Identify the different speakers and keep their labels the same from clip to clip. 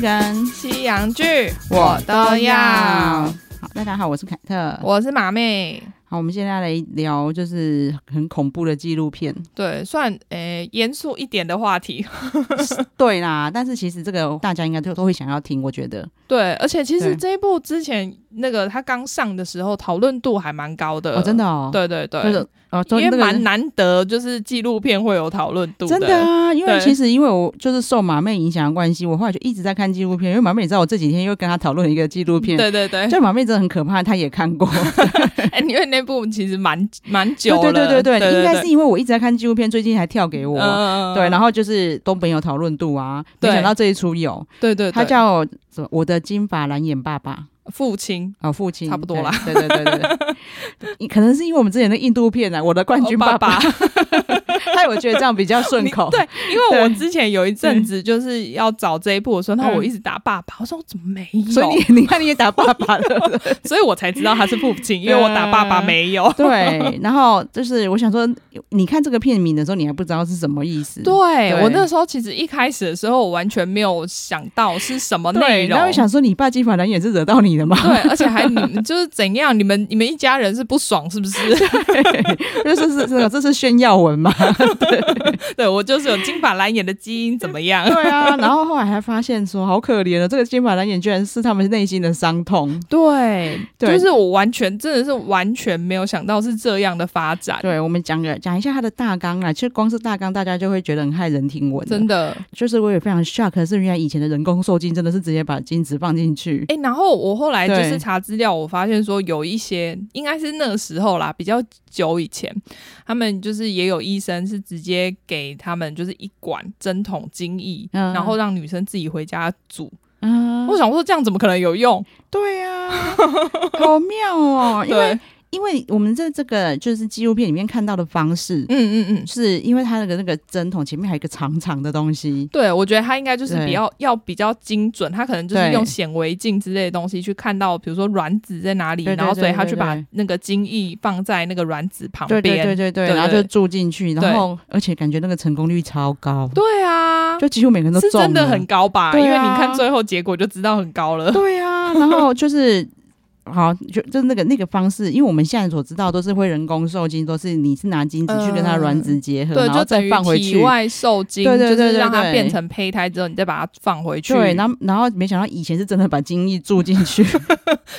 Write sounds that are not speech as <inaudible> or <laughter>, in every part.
Speaker 1: 生，
Speaker 2: 西洋剧
Speaker 1: 我
Speaker 2: 都要。
Speaker 1: 好，大家好，我是凯特。
Speaker 2: 我是马妹。
Speaker 1: 好，我们现在来聊就是很恐怖的纪录片。
Speaker 2: 对，算诶严肃一点的话题。 <laughs>
Speaker 1: 对啦，但是其实这个大家应该都都会想要听，我觉得。
Speaker 2: 对，而且其实
Speaker 1: 对
Speaker 2: 这一部之前那个它刚上的时候，讨论度还蛮高的。
Speaker 1: 哦，真的。哦。。
Speaker 2: 呃对对
Speaker 1: 就
Speaker 2: 对
Speaker 1: 是。哦，
Speaker 2: 因
Speaker 1: 真
Speaker 2: 为
Speaker 1: 的
Speaker 2: 蛮难得，就是纪录片会有讨论度
Speaker 1: 真的啊，因为
Speaker 2: 对
Speaker 1: 其实因为我就是受马妹影响的关系，我后来就一直在看纪录片。因为马妹，你知道我这几天又跟她讨论了一个纪录片，
Speaker 2: <laughs> 对嗯对对，
Speaker 1: 就马妹真的很可怕，她也看过。
Speaker 2: <laughs> 哎，因为那部其实蛮蛮久了，
Speaker 1: 对对对
Speaker 2: 对，
Speaker 1: 应该是因为我一直在看纪录片，最近还跳给我。
Speaker 2: 嗯
Speaker 1: 对，然
Speaker 2: 后
Speaker 1: 后就是都没有讨论度啊，没
Speaker 2: 对
Speaker 1: 想到这一出有，
Speaker 2: 对对，
Speaker 1: 他
Speaker 2: 对
Speaker 1: 叫什么？我的金发蓝眼爸爸
Speaker 2: 父亲
Speaker 1: 啊、父亲
Speaker 2: 差不多啦
Speaker 1: 对对对对对对， <laughs> 可能是因为我们之前的印度片啊，我的冠军爸
Speaker 2: 哦
Speaker 1: <laughs>
Speaker 2: 爸
Speaker 1: 害我觉得这样比较顺
Speaker 2: 你
Speaker 1: 口。
Speaker 2: 对，因为我
Speaker 1: 对嗯
Speaker 2: 之前有一阵子就是要找这一部的时候，那我一直打爸爸，我说我怎么没有，
Speaker 1: 所以 <laughs> 你你看你也打爸爸了， <laughs>
Speaker 2: 所以我才知道他是父亲，因为我打爸爸没有。 <laughs>
Speaker 1: 对。然后就是我想说，你看这个片名的时候，你还不知道是什么意思，
Speaker 2: 对
Speaker 1: 对
Speaker 2: 我那时候其实一开始的时候，我完全没有想到是什么内
Speaker 1: 对，
Speaker 2: 容
Speaker 1: 然后。想说你爸金发蓝眼是惹到你的吗？ <laughs>
Speaker 2: 对，而且还你 <laughs> 们就是怎样？你们你们一家人是不爽是不 <laughs> 是？
Speaker 1: 就是是是，这是炫耀文嘛？
Speaker 2: 对我就是有金发蓝眼的基因，怎么样？
Speaker 1: 对啊。然后后来还发现说，好可怜哦，这个金发蓝眼居然是他们内心的伤痛。
Speaker 2: 对，
Speaker 1: <laughs> 对
Speaker 2: 就是我完全真的是完全没有想到是这样的发展，
Speaker 1: 对，我们讲个讲一下它的大纲啦。其实光是大纲，大家就会觉得很骇人听闻。
Speaker 2: 真
Speaker 1: 的，
Speaker 2: 的。
Speaker 1: 就是我也非常 shock，的是原来以前的人工受精真的是直接把精子放进去。
Speaker 2: <laughs> 哎、然后我后来就
Speaker 1: 对
Speaker 2: 是查资料，我发现说有一些应该是那个时候啦，比较久以前，他们就是也有医生是直接给他们就是一管针筒精液，
Speaker 1: 嗯
Speaker 2: 然后让女生自己回家煮。
Speaker 1: 啊
Speaker 2: 我想说这样怎么可能有用？
Speaker 1: 对啊， <laughs> 好妙哦！因为
Speaker 2: 对，
Speaker 1: 因为我们在这个就是纪录片里面看到的方式，
Speaker 2: 嗯嗯嗯，
Speaker 1: 是因为它那个那个针筒前面还有一个长长的东西。
Speaker 2: 对，我觉得他应该就是
Speaker 1: 对
Speaker 2: 比较要比较精准，他可能就是
Speaker 1: 对
Speaker 2: 用显微镜之类的东西去看到，比如说卵子在哪里，
Speaker 1: 对对
Speaker 2: 然后所以
Speaker 1: 对
Speaker 2: 他
Speaker 1: 对
Speaker 2: 去把
Speaker 1: 对
Speaker 2: 那个精液放在那个卵子旁
Speaker 1: 对
Speaker 2: 边。
Speaker 1: 对对对对，
Speaker 2: 对
Speaker 1: 然后就住进去，
Speaker 2: 对
Speaker 1: 然后而且感觉那个成功率超高，
Speaker 2: 对啊，
Speaker 1: 就几乎每个人都
Speaker 2: 是
Speaker 1: 中
Speaker 2: 真的
Speaker 1: 了
Speaker 2: 很高吧？
Speaker 1: 对啊
Speaker 2: 因为你看最后结果就知道很高 <laughs> 了。
Speaker 1: 对啊，然后就是。好，就就那个那个方式，因为我们现在所知道都是会人工受精，都是你是拿精子去跟它
Speaker 2: 嗯
Speaker 1: 卵子结合，
Speaker 2: 对，
Speaker 1: 然
Speaker 2: 就
Speaker 1: 后
Speaker 2: 等
Speaker 1: 再
Speaker 2: 于
Speaker 1: 放回
Speaker 2: 体
Speaker 1: 去。
Speaker 2: 外受精，
Speaker 1: 对对对
Speaker 2: 就是让它
Speaker 1: 对对
Speaker 2: 变成胚胎之后，你再把它放回去。
Speaker 1: 对，然后然后没想到以前是真的把精液注进
Speaker 2: <laughs>
Speaker 1: 去。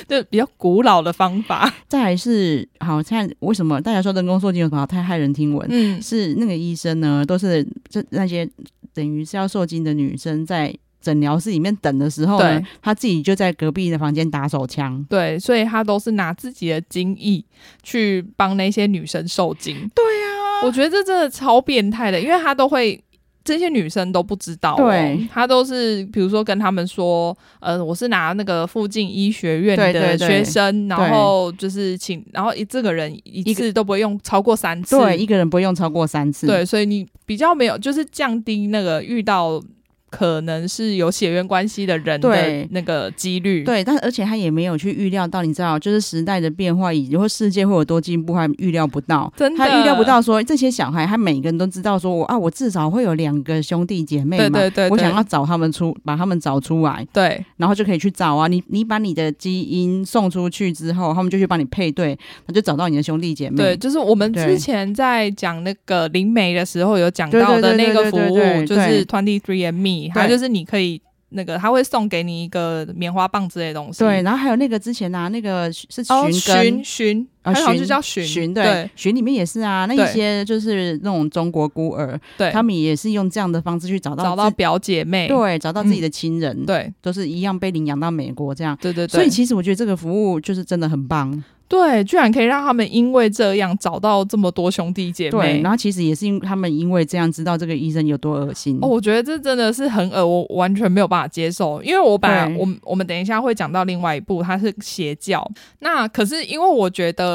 Speaker 2: 就比较古老的方法。
Speaker 1: 再来是好，现在为什么大家说人工受精有什么好太骇人听闻？
Speaker 2: <laughs> 嗯，
Speaker 1: 是那个医生呢，都是这那些等于是要受精的女生在诊疗室里面等的时候呢
Speaker 2: 对，
Speaker 1: 她自己就在隔壁的房间打手枪。
Speaker 2: 对，所以他都是拿自己的精液去帮那些女生受精。对啊， <laughs> 我觉得这真的超变态的，因为他都会。这些女生都不知道、哦，
Speaker 1: 对，
Speaker 2: 他都是比如说跟他们说，呃，我是拿那个附近医学院
Speaker 1: 对对
Speaker 2: 的
Speaker 1: 对
Speaker 2: 学生，然后就是请，然后一这个人一
Speaker 1: 一个
Speaker 2: 次都不会用超过三次，
Speaker 1: 对，一个人不用超过三次。
Speaker 2: 对，所以你比较没有，就是降低那个遇到可能是有血缘关系的人的
Speaker 1: 对
Speaker 2: 那个几率。
Speaker 1: 对，但而且他也没有去预料到，你知道，就是时代的变化，以及或世界会有多进步，他预料不到。
Speaker 2: 真的
Speaker 1: 他预料不到说这些小孩，他每个人都知道说我啊，我至少会有两个兄弟姐妹
Speaker 2: 对
Speaker 1: 嘛。
Speaker 2: 对对
Speaker 1: 我
Speaker 2: 对
Speaker 1: 想要找他们出，把他们找出来，
Speaker 2: 对
Speaker 1: 然后就可以去找啊。你你把你的基因送出去之后，他们就去帮你配对，那就找到你的兄弟姐妹。
Speaker 2: 对，就是我们之
Speaker 1: 对
Speaker 2: 前在讲那个灵媒的时候有讲
Speaker 1: 对对
Speaker 2: 到的
Speaker 1: 对
Speaker 2: 那
Speaker 1: 对对
Speaker 2: 个服
Speaker 1: 对
Speaker 2: 务，
Speaker 1: 对
Speaker 2: 就
Speaker 1: 对
Speaker 2: 是 Twenty Three and Me，它
Speaker 1: 对
Speaker 2: 就是你可以那个，他会送给你一个棉花棒之类的东西。
Speaker 1: 对，然后还有那个之前啊，那个是
Speaker 2: 哦，
Speaker 1: 寻根
Speaker 2: 寻。寻，它
Speaker 1: 啊，
Speaker 2: 好像就
Speaker 1: 寻
Speaker 2: 叫寻
Speaker 1: 寻
Speaker 2: 对
Speaker 1: 对寻里面也是啊，那
Speaker 2: 对
Speaker 1: 一些就是那种中国孤儿，
Speaker 2: 对，
Speaker 1: 他们也是用这样的方式去找到
Speaker 2: 找
Speaker 1: 自
Speaker 2: 到表姐妹，
Speaker 1: 对，找到自己的亲人，
Speaker 2: 嗯对
Speaker 1: 都是一样被领养到美国这样。
Speaker 2: 对对对，
Speaker 1: 所以其实我觉得这个服务就是真的很棒，
Speaker 2: 对，居然可以让他们因为这样找到这么多兄弟姐妹
Speaker 1: 对。。然后其实也是因为他们因为这样知道这个医生有多恶心。
Speaker 2: 哦，我觉得这真的是很恶，我完全没有办法接受。因为我本来
Speaker 1: 对
Speaker 2: 我们我们等一下会讲到另外一部，它是邪教。那可是因为我觉得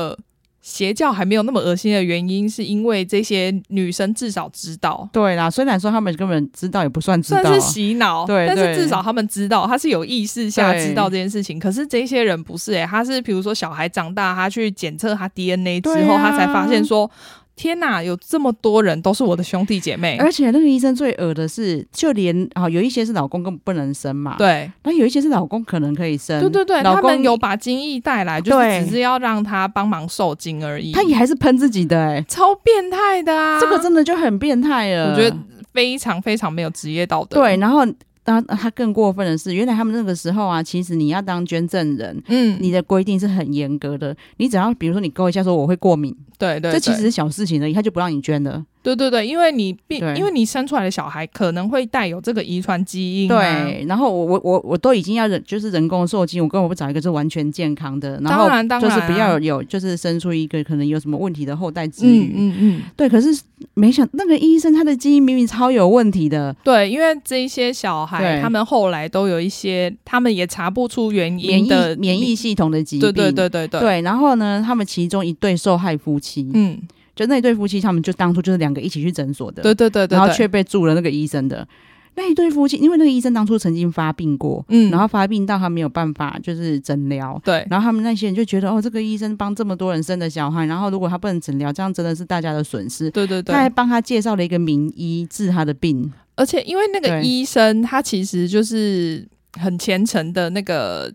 Speaker 2: 邪教还没有那么恶心的原因，是因为这些女生至少知道，
Speaker 1: 对啦，虽然说他们根本知道也不算知
Speaker 2: 算
Speaker 1: 道啊，
Speaker 2: 是洗脑，
Speaker 1: 对
Speaker 2: 但是
Speaker 1: 对
Speaker 2: 至少他们知道，他是有意识下
Speaker 1: 对
Speaker 2: 知道这件事情。可是欸这些人不是诶、他是比如说小孩长大，他去检测他 DNA 之
Speaker 1: 对
Speaker 2: 后，
Speaker 1: 啊
Speaker 2: 他才发现说。天哪，有这么多人都是我的兄弟姐妹，
Speaker 1: 而且那个医生最恶的是，就连啊、有一些是老公根本不能生嘛，，
Speaker 2: 对。
Speaker 1: 那有一些是老公可能可以生，
Speaker 2: 对对对，
Speaker 1: 老
Speaker 2: 他
Speaker 1: 公
Speaker 2: 们有把精液带来，就是
Speaker 1: 对
Speaker 2: 只是要让他帮忙受精而已。
Speaker 1: 他也还是喷自己的、欸，
Speaker 2: 超变态的啊！
Speaker 1: 这个真的就很变态了，
Speaker 2: 我觉得非常非常没有职业道德。
Speaker 1: 对，，然后。他他更过分的是，原来他们那个时候啊，其实你要当捐赠人，
Speaker 2: 嗯，
Speaker 1: 你的规定是很严格的。你只要比如说你勾一下说我会过敏，
Speaker 2: 对对，
Speaker 1: 这其
Speaker 2: 对
Speaker 1: 实是小事情而已，他就不让你捐的。
Speaker 2: 对对对，因为你并
Speaker 1: 对
Speaker 2: 因为你生出来的小孩可能会带有这个遗传基因、啊，，
Speaker 1: 对，然后我我我我都已经要人就是人工受精，我根本不找一个是完全健康的，然后
Speaker 2: 当然当
Speaker 1: 就
Speaker 2: 然、
Speaker 1: 是不要有
Speaker 2: 啊。
Speaker 1: 有就是生出一个可能有什么问题的后代之
Speaker 2: 嗯
Speaker 1: 余。
Speaker 2: 嗯嗯，
Speaker 1: 对，可是没想那个医生他的基因明明超有问题的，
Speaker 2: 对，因为这一些小孩，
Speaker 1: 对
Speaker 2: 他们后来都有一些，他们也查不出原
Speaker 1: 免
Speaker 2: 因
Speaker 1: 疫
Speaker 2: 的
Speaker 1: 免疫，系统的疾病。
Speaker 2: 对对对对对，
Speaker 1: 对然后呢，他们其中一对受害夫妻，
Speaker 2: 嗯，
Speaker 1: 就那一对夫妻，他们就当初就是两个一起去诊所的，
Speaker 2: 对对对对，
Speaker 1: 然后
Speaker 2: 对
Speaker 1: 却被住了那个医生的那一对夫妻，因为那个医生当初曾经发病过，
Speaker 2: 嗯，
Speaker 1: 然后发病到他没有办法就是诊疗。
Speaker 2: 对
Speaker 1: 然后他们那些人就觉得，哦，这个医生帮这么多人生的小孩，然后如果他不能诊疗，这样真的是大家的损失。
Speaker 2: 对对
Speaker 1: 他还
Speaker 2: 对，
Speaker 1: 帮他介绍了一个名医治他的病，
Speaker 2: 而且因为那个
Speaker 1: 对
Speaker 2: 医生他其实就是很虔诚的那个。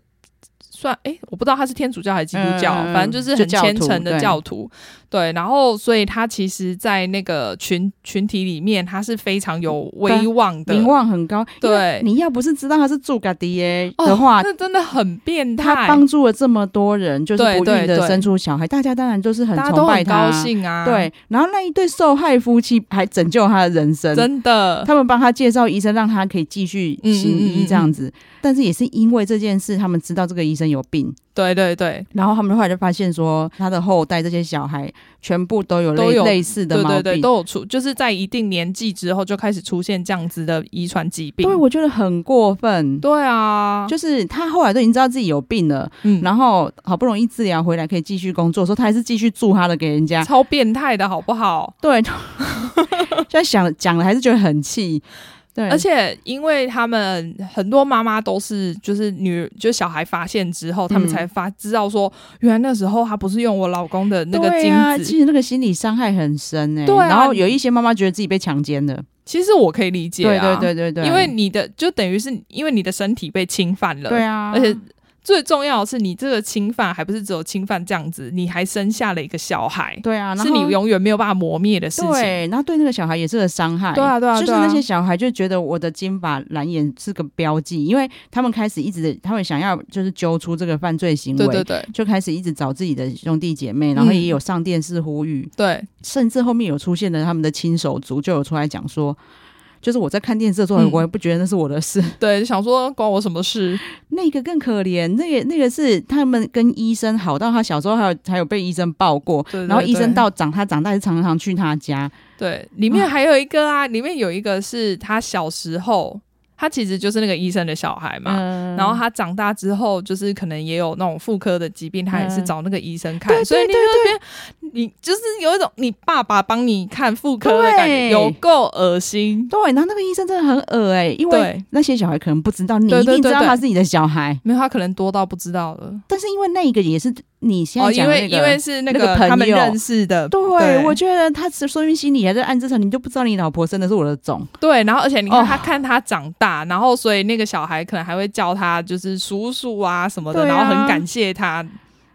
Speaker 2: 算哎、我不知道他是天主教还是基督教，啊
Speaker 1: 嗯嗯嗯
Speaker 2: 反正就是很虔诚的
Speaker 1: 就
Speaker 2: 教
Speaker 1: 教
Speaker 2: 徒，对。然后，所以他其实，在那个群群体里面，他是非常有威望的，
Speaker 1: 名望很高。因为
Speaker 2: 对
Speaker 1: 你要不是知道他是住嘎迪耶
Speaker 2: 哦
Speaker 1: 的话，
Speaker 2: 那真的很变态
Speaker 1: 他。帮助了这么多人，就是
Speaker 2: 对
Speaker 1: 不
Speaker 2: 对
Speaker 1: 孕的
Speaker 2: 对
Speaker 1: 生出小孩，大家当然就是很
Speaker 2: 大家
Speaker 1: 崇
Speaker 2: 都
Speaker 1: 拜
Speaker 2: 很
Speaker 1: 他。
Speaker 2: 高兴啊，，
Speaker 1: 对，然后那一对受害夫妻还拯救他的人生，
Speaker 2: 真 <laughs> 的，
Speaker 1: 他们帮他介绍医生，让他可以继续行
Speaker 2: 嗯嗯嗯嗯
Speaker 1: 医这样子。但是也是因为这件事，他们知道这个医生有病，
Speaker 2: 对对对
Speaker 1: 然后他们后来就发现说，他的后代这些小孩全部都有类
Speaker 2: 都有
Speaker 1: 类似的
Speaker 2: 对
Speaker 1: 毛
Speaker 2: 对
Speaker 1: 病。
Speaker 2: 对，都有出，就是在一定年纪之后就开始出现这样子的遗传疾病
Speaker 1: 对，。我觉得很过分。
Speaker 2: 对啊，
Speaker 1: 就是他后来都已经知道自己有病了，
Speaker 2: 嗯，
Speaker 1: 然后好不容易治疗回来可以继续工作，说他还是继续住他的给人
Speaker 2: <laughs>
Speaker 1: 家。
Speaker 2: 超变态的好不好？
Speaker 1: 对， <laughs> 现在想讲了还是觉得很气。对，
Speaker 2: 而且因为他们很多妈妈都是就是女就小孩发现之后，他们
Speaker 1: 嗯
Speaker 2: 才发知道说，原来那时候他不是用我老公的那个
Speaker 1: 对
Speaker 2: 精
Speaker 1: 啊
Speaker 2: 子。
Speaker 1: 其实那个心理伤害很深哎、
Speaker 2: 对啊
Speaker 1: 然后有一些妈妈觉得自己被强奸了，
Speaker 2: 其实我可以理解
Speaker 1: 对
Speaker 2: 啊，
Speaker 1: 对对对对，
Speaker 2: 因为你的就等于是因为你的身体被侵犯了，
Speaker 1: 对啊，
Speaker 2: 而且最重要的是，你这个侵犯还不是只有侵犯这样子，你还生下了一个小孩，
Speaker 1: 对啊，然后
Speaker 2: 是你永远没有办法磨灭的事情。
Speaker 1: 对，然后对那个小孩也是个伤害，
Speaker 2: 对啊对啊
Speaker 1: 就是
Speaker 2: 对啊
Speaker 1: 那些小孩就觉得我的金发蓝眼是个标记，因为他们开始一直他们想要就是揪出这个犯罪行为。
Speaker 2: 对对对
Speaker 1: 就开始一直找自己的兄弟姐妹，然后
Speaker 2: 嗯
Speaker 1: 也有上电视呼吁，
Speaker 2: 对，
Speaker 1: 甚至后面有出现了他们的亲手足就有出来讲说，就是我在看电视的时候，
Speaker 2: 嗯
Speaker 1: 我也不觉得那是我的事，
Speaker 2: 对，就想说关我什么事？
Speaker 1: 那个更可怜，那个那个是他们跟医生好到他小时候还有还有被医生抱过，
Speaker 2: 对对
Speaker 1: 然后医生
Speaker 2: 对
Speaker 1: 到长他长大是常常去他家，
Speaker 2: 对，里面还有一个啊，里面有一个是他小时候，他其实就是那个医生的小孩嘛。
Speaker 1: 嗯
Speaker 2: 然后他长大之后，就是可能也有那种妇科的疾病，他也是
Speaker 1: 嗯
Speaker 2: 找那个医生看，
Speaker 1: 对
Speaker 2: 所以你
Speaker 1: 对
Speaker 2: 就觉得你就是有一种你爸爸帮你看妇科的感觉，
Speaker 1: 对
Speaker 2: 有够恶心。
Speaker 1: 对，然后那个医生真的很恶哎、因为
Speaker 2: 对
Speaker 1: 那些小孩可能不知道，你
Speaker 2: 对
Speaker 1: 一
Speaker 2: 对
Speaker 1: 定知
Speaker 2: 对
Speaker 1: 道
Speaker 2: 对
Speaker 1: 他是你的小孩，
Speaker 2: 没有，他可能多到不知道了。
Speaker 1: 但是因为那一个也是你现在
Speaker 2: 哦，因
Speaker 1: 讲的
Speaker 2: 为
Speaker 1: 那个。
Speaker 2: 因为是那
Speaker 1: 那个
Speaker 2: 个
Speaker 1: 朋友
Speaker 2: 他们认识的，
Speaker 1: 对，我觉得他说明心里还在暗自想，你就不知道你老婆生的是我的种。
Speaker 2: 对，然后而且你看
Speaker 1: 哦
Speaker 2: 他看他长大，然后所以那个小孩可能还会叫他就是叔叔啊什么的，
Speaker 1: 对啊
Speaker 2: 然后很感谢他。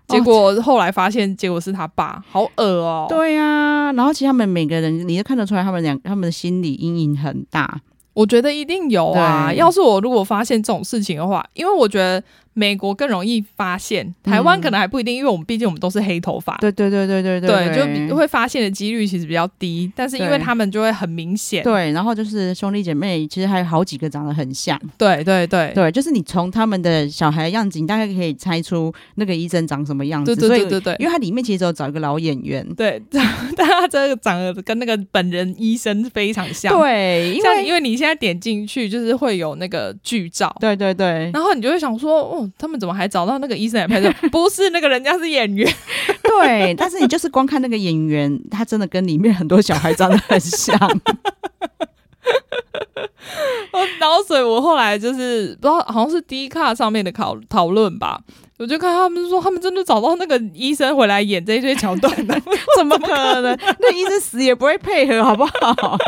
Speaker 2: 结果后来发现，结果是他爸，好恶哦、
Speaker 1: 对呀、然后其实他们每个人，你就看得出来，他们两他们的心理阴影很大。
Speaker 2: 我觉得一定有啊。
Speaker 1: 对
Speaker 2: 要是我如果发现这种事情的话，因为我觉得美国更容易发现，台湾
Speaker 1: 嗯
Speaker 2: 可能还不一定，因为我们毕竟我们都是黑头发，
Speaker 1: 对对对对对
Speaker 2: 就比会发现的几率其实比较低。但是因为
Speaker 1: 对
Speaker 2: 他们就会很明显，
Speaker 1: 对，然后就是兄弟姐妹，其实还有好几个长得很像。
Speaker 2: 对对对
Speaker 1: 对，就是你从他们的小孩的样子，你大概可以猜出那个医生长什么样子。
Speaker 2: 对对对
Speaker 1: 所以
Speaker 2: 对对
Speaker 1: 因为它里面其实有找一个老演员。
Speaker 2: 对， <laughs> 但他这个长得跟那个本人医生非常像。
Speaker 1: 对，因
Speaker 2: 像
Speaker 1: 为
Speaker 2: 因为你现在点进去，就是会有那个剧照，
Speaker 1: 对对对
Speaker 2: <laughs> 然后你就会想说，哦，他们怎么还找到那个医生
Speaker 1: <laughs>
Speaker 2: 来拍照？不是那个人家是演员，
Speaker 1: 对，但是你就是光看那个演员，他真的跟里面很多小孩长得很
Speaker 2: <laughs>
Speaker 1: 像。
Speaker 2: 然后所以我后来就是不知道，好像是 D 卡上面的讨讨论吧，我就看他们说，他们真的找到那个医生回来演这一堆桥段的，
Speaker 1: <laughs> 怎么可能？那医生死也不会配合，好不好？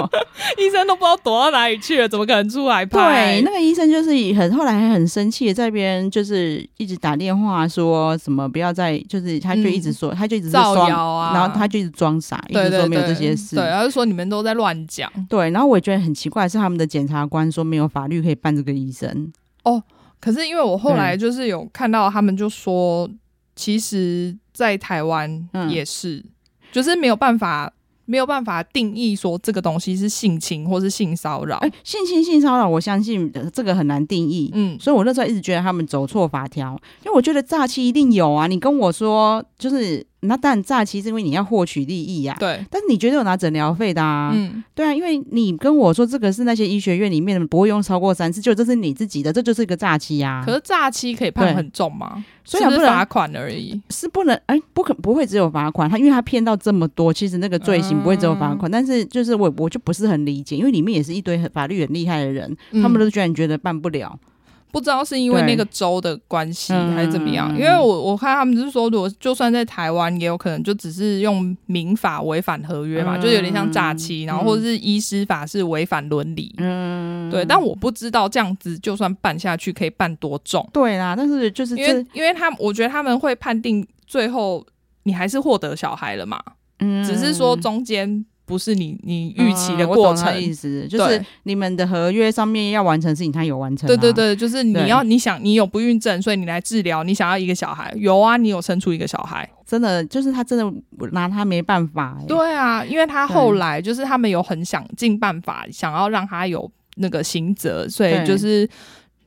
Speaker 2: <laughs> 医生都不知道躲到哪里去了，怎么可能出来
Speaker 1: 对，
Speaker 2: 拍？
Speaker 1: 那个医生就是很后来还很生气，在别人就是一直打电话说什么不要再，就是他就一直说，他就一直是
Speaker 2: 嗯造
Speaker 1: 装
Speaker 2: 谣啊
Speaker 1: 然后他就一直装傻，一直
Speaker 2: 对
Speaker 1: 说
Speaker 2: 对
Speaker 1: 没有
Speaker 2: 对，
Speaker 1: 这些事。
Speaker 2: 对，他就说你们都在乱讲。
Speaker 1: 对然后我也觉得很奇怪，是他们的检察官说没有法律可以办这个医生。
Speaker 2: 可是因为我后
Speaker 1: 嗯
Speaker 2: 来就是有看到他们就说，其实，在台湾
Speaker 1: 嗯
Speaker 2: 也是，就是没有办法。没有办法定义说这个东西是性侵或是性骚扰，
Speaker 1: 哎、性侵性骚扰，我相信呃这个很难定义。
Speaker 2: 哦嗯，
Speaker 1: 所以我那时候一直觉得他们走错法条，因为我觉得诈欺一定有啊。你跟我说就是，那当然诈欺是因为你要获取利益呀、啊，
Speaker 2: 对，
Speaker 1: 但是你绝对有拿诊疗费的啊。
Speaker 2: 嗯，
Speaker 1: 对啊，因为你跟我说这个是那些医学院里面的不会用超过三次，就这是你自己的，这就是一个诈欺啊。
Speaker 2: 可是诈欺可以判很重吗？
Speaker 1: 所以
Speaker 2: 是
Speaker 1: 很
Speaker 2: 不
Speaker 1: 不
Speaker 2: 是
Speaker 1: 能
Speaker 2: 罚款而已？
Speaker 1: 是不能哎，不可不会只有罚款，他因为他骗到这么多，其实那个罪行不会只有罚
Speaker 2: 嗯
Speaker 1: 款，但是就是我我就不是很理解，因为里面也是一堆很法律很厉害的人，他们
Speaker 2: 嗯
Speaker 1: 都居然觉得办不了。
Speaker 2: 不知道是因为
Speaker 1: 对
Speaker 2: 那个州的关系
Speaker 1: 嗯
Speaker 2: 还是怎么样，
Speaker 1: 嗯
Speaker 2: 因为我我看他们就是说，如果就算在台湾，也有可能就只是用民法违反合约嘛，
Speaker 1: 嗯
Speaker 2: 就有点像诈欺，然后
Speaker 1: 嗯
Speaker 2: 或者是医师法是违反伦理，
Speaker 1: 嗯，
Speaker 2: 对。但我不知道这样子就算办下去可以办多重，
Speaker 1: 对啦，但是就是
Speaker 2: 因
Speaker 1: 这
Speaker 2: 为因为他们我觉得他们会判定最后你还是获得小孩了嘛，
Speaker 1: 嗯
Speaker 2: 只是说中间不是你你预期的
Speaker 1: 嗯我
Speaker 2: 过
Speaker 1: 懂
Speaker 2: 程
Speaker 1: 他，意思就是
Speaker 2: 对
Speaker 1: 你们的合约上面要完成的事情，他有完成、啊。
Speaker 2: 对对对，就是你
Speaker 1: 对
Speaker 2: 要你想你有不孕症，所以你来治疗，你想要一个小孩，有啊，你有生出一个小孩，
Speaker 1: 真的就是他真的拿他没办法、欸。
Speaker 2: 对啊，因为他
Speaker 1: 对
Speaker 2: 后来就是他们有很想尽办法想要让他有那个刑责，所以
Speaker 1: 对
Speaker 2: 就是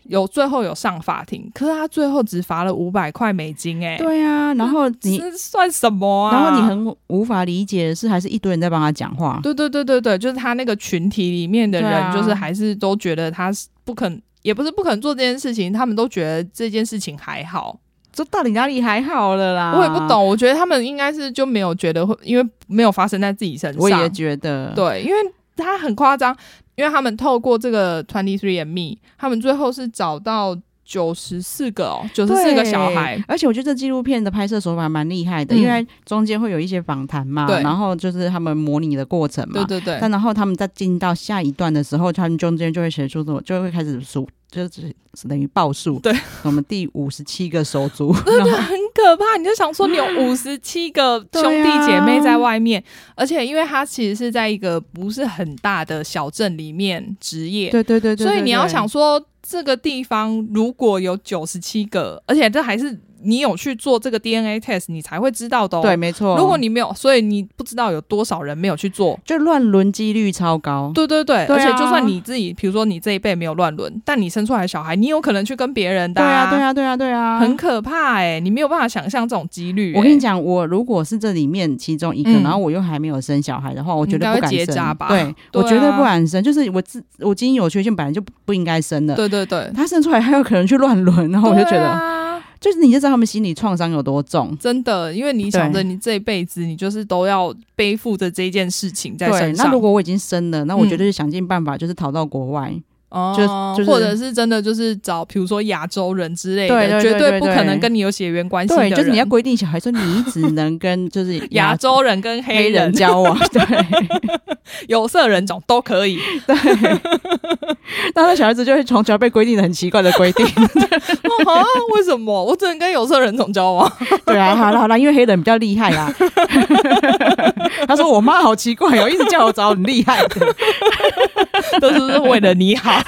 Speaker 2: 有最后有上法庭，可是他最后只罚了五百块美金、欸，哎，
Speaker 1: 对啊，然后你
Speaker 2: 这算什么啊？
Speaker 1: 然后你很无法理解的是，还是一堆人在帮他讲话。
Speaker 2: 对对对对对，就是他那个群体里面的
Speaker 1: 对
Speaker 2: 人，
Speaker 1: 啊
Speaker 2: 就是还是都觉得他是不肯，也不是不肯做这件事情，他们都觉得这件事情还好。
Speaker 1: 这到底哪里还好了啦？
Speaker 2: 我也不，懂，我觉得他们应该是就没有觉得会，因为没有发生在自己身上。
Speaker 1: 我也觉得，
Speaker 2: 对，因为他很夸张，因为他们透过这个 Twenty Three and Me，他们最后是找到九十四个哦，九十四
Speaker 1: 对
Speaker 2: 个小孩。
Speaker 1: 而且我觉得这纪录片的拍摄手法蛮厉害的，
Speaker 2: 嗯
Speaker 1: 因为中间会有一些访谈嘛，
Speaker 2: 对
Speaker 1: 然后就是他们模拟的过程嘛，
Speaker 2: 对对对，
Speaker 1: 但然后他们在进到下一段的时候，他们中间就会写出什么，就会开始数，就是等于报数。
Speaker 2: 对，
Speaker 1: 我们第五十七个手
Speaker 2: <laughs>
Speaker 1: 足，
Speaker 2: 很可怕。你就想说，你有
Speaker 1: 嗯
Speaker 2: 五十七个兄弟姐妹在外面，
Speaker 1: 啊
Speaker 2: 而且因为他其实是在一个不是很大的小镇里面职业，
Speaker 1: 对对对对
Speaker 2: 所以你要想，说，这个地方如果有九十七个，而且这还是你有去做这个 DNA test，你才会知道的、哦。
Speaker 1: 对，，没错。
Speaker 2: 如果你没有，所以你不知道有多少人没有去做。
Speaker 1: 就乱伦几率超高，
Speaker 2: 对对对，
Speaker 1: 对啊
Speaker 2: 而且就算你自己，比如说你这一辈没有乱伦，但你生出来的小孩，你有可能去跟别人的、
Speaker 1: 对啊，对，啊，对啊，对啊，
Speaker 2: 很可怕哎、你没有办法想象这种几率、欸
Speaker 1: 我跟你，讲，我如果是这里面其中一个，
Speaker 2: 嗯
Speaker 1: 然后我又还没有生小孩的话，我绝对不敢
Speaker 2: 你应该会结
Speaker 1: 生。
Speaker 2: 扎吧
Speaker 1: 对，我
Speaker 2: 对啊
Speaker 1: 绝对不敢生。就是我自我基因有缺陷，本来就不不应该生的。
Speaker 2: 对对对，
Speaker 1: 他生出来还有可能去乱伦，然后我就觉
Speaker 2: 对
Speaker 1: 得，
Speaker 2: 啊
Speaker 1: 就是你就知道他们心理创伤有多重。
Speaker 2: 真的，因为你想着你这一辈子，你就是都要背负着这件事情在
Speaker 1: 对，
Speaker 2: 身上。
Speaker 1: 那如果我已经生了，那我
Speaker 2: 嗯
Speaker 1: 绝对是想尽办法，就是逃到国外。
Speaker 2: 哦，
Speaker 1: 就就是
Speaker 2: 或者是真的就是找，比如说亚洲人之类的，
Speaker 1: 对对对
Speaker 2: 绝对
Speaker 1: 对
Speaker 2: 不可能跟你有血缘关系的
Speaker 1: 对，
Speaker 2: 人。
Speaker 1: 就是你要规定小孩说你
Speaker 2: <laughs>
Speaker 1: 只能跟就是
Speaker 2: 亚洲人跟
Speaker 1: 黑
Speaker 2: 黑
Speaker 1: 人
Speaker 2: 人、
Speaker 1: 交往，对
Speaker 2: <laughs> 有色人种都可 <laughs> 以。
Speaker 1: 对。那那小孩子就会从小被规定的很奇怪的规定。
Speaker 2: 哦啊，为什么我只能跟有色人种交往？
Speaker 1: 对啊，好了好了，因为黑人比较厉害 <laughs> 啦。他说我妈好奇怪哦，一直叫我找很厉害的。
Speaker 2: <laughs> 都是为了你好。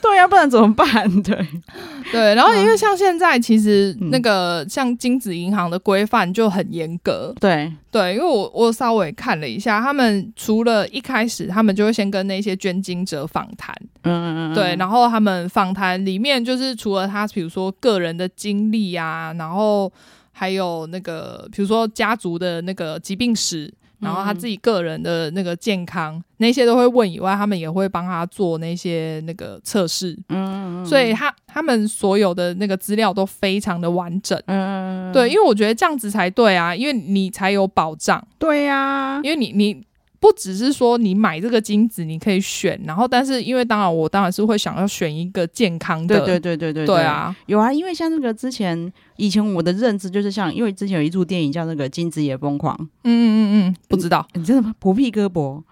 Speaker 1: 对啊，不然怎么办？对，
Speaker 2: <laughs> 对，然后因为像现在其实
Speaker 1: 嗯
Speaker 2: 那个像精子银行的规范就很严格，
Speaker 1: 对，
Speaker 2: 对，因为我我稍微看了一下，他们除了一开始他们就会先跟那些捐精者访谈。
Speaker 1: 嗯，
Speaker 2: 对，然后他们访谈里面就是除了他，比如说个人的经历啊，然后还有那个，比如说家族的那个疾病
Speaker 1: 嗯
Speaker 2: 史，然后他自己个人的那个健康、那些都会问以外，他们也会帮他做那些那个测试，
Speaker 1: 嗯，
Speaker 2: 所以他他们所有的那个资料都非常的完整。
Speaker 1: 嗯，嗯，
Speaker 2: 对，因为我觉得这样子才对啊，因为你才有保障，
Speaker 1: <laughs> 对呀，
Speaker 2: 因为你你。不只是说你买这个精子你可以选，然后但是因为当然我当然是会想要选一个健康的，
Speaker 1: 对对对对对
Speaker 2: 对，啊，
Speaker 1: 有啊，因为像那个之前以前我的认知就是像，因为之前有一部电影叫那个《金枝也疯狂》，
Speaker 2: 嗯嗯嗯，不知道
Speaker 1: 你真的吗？普皮戈博，嗯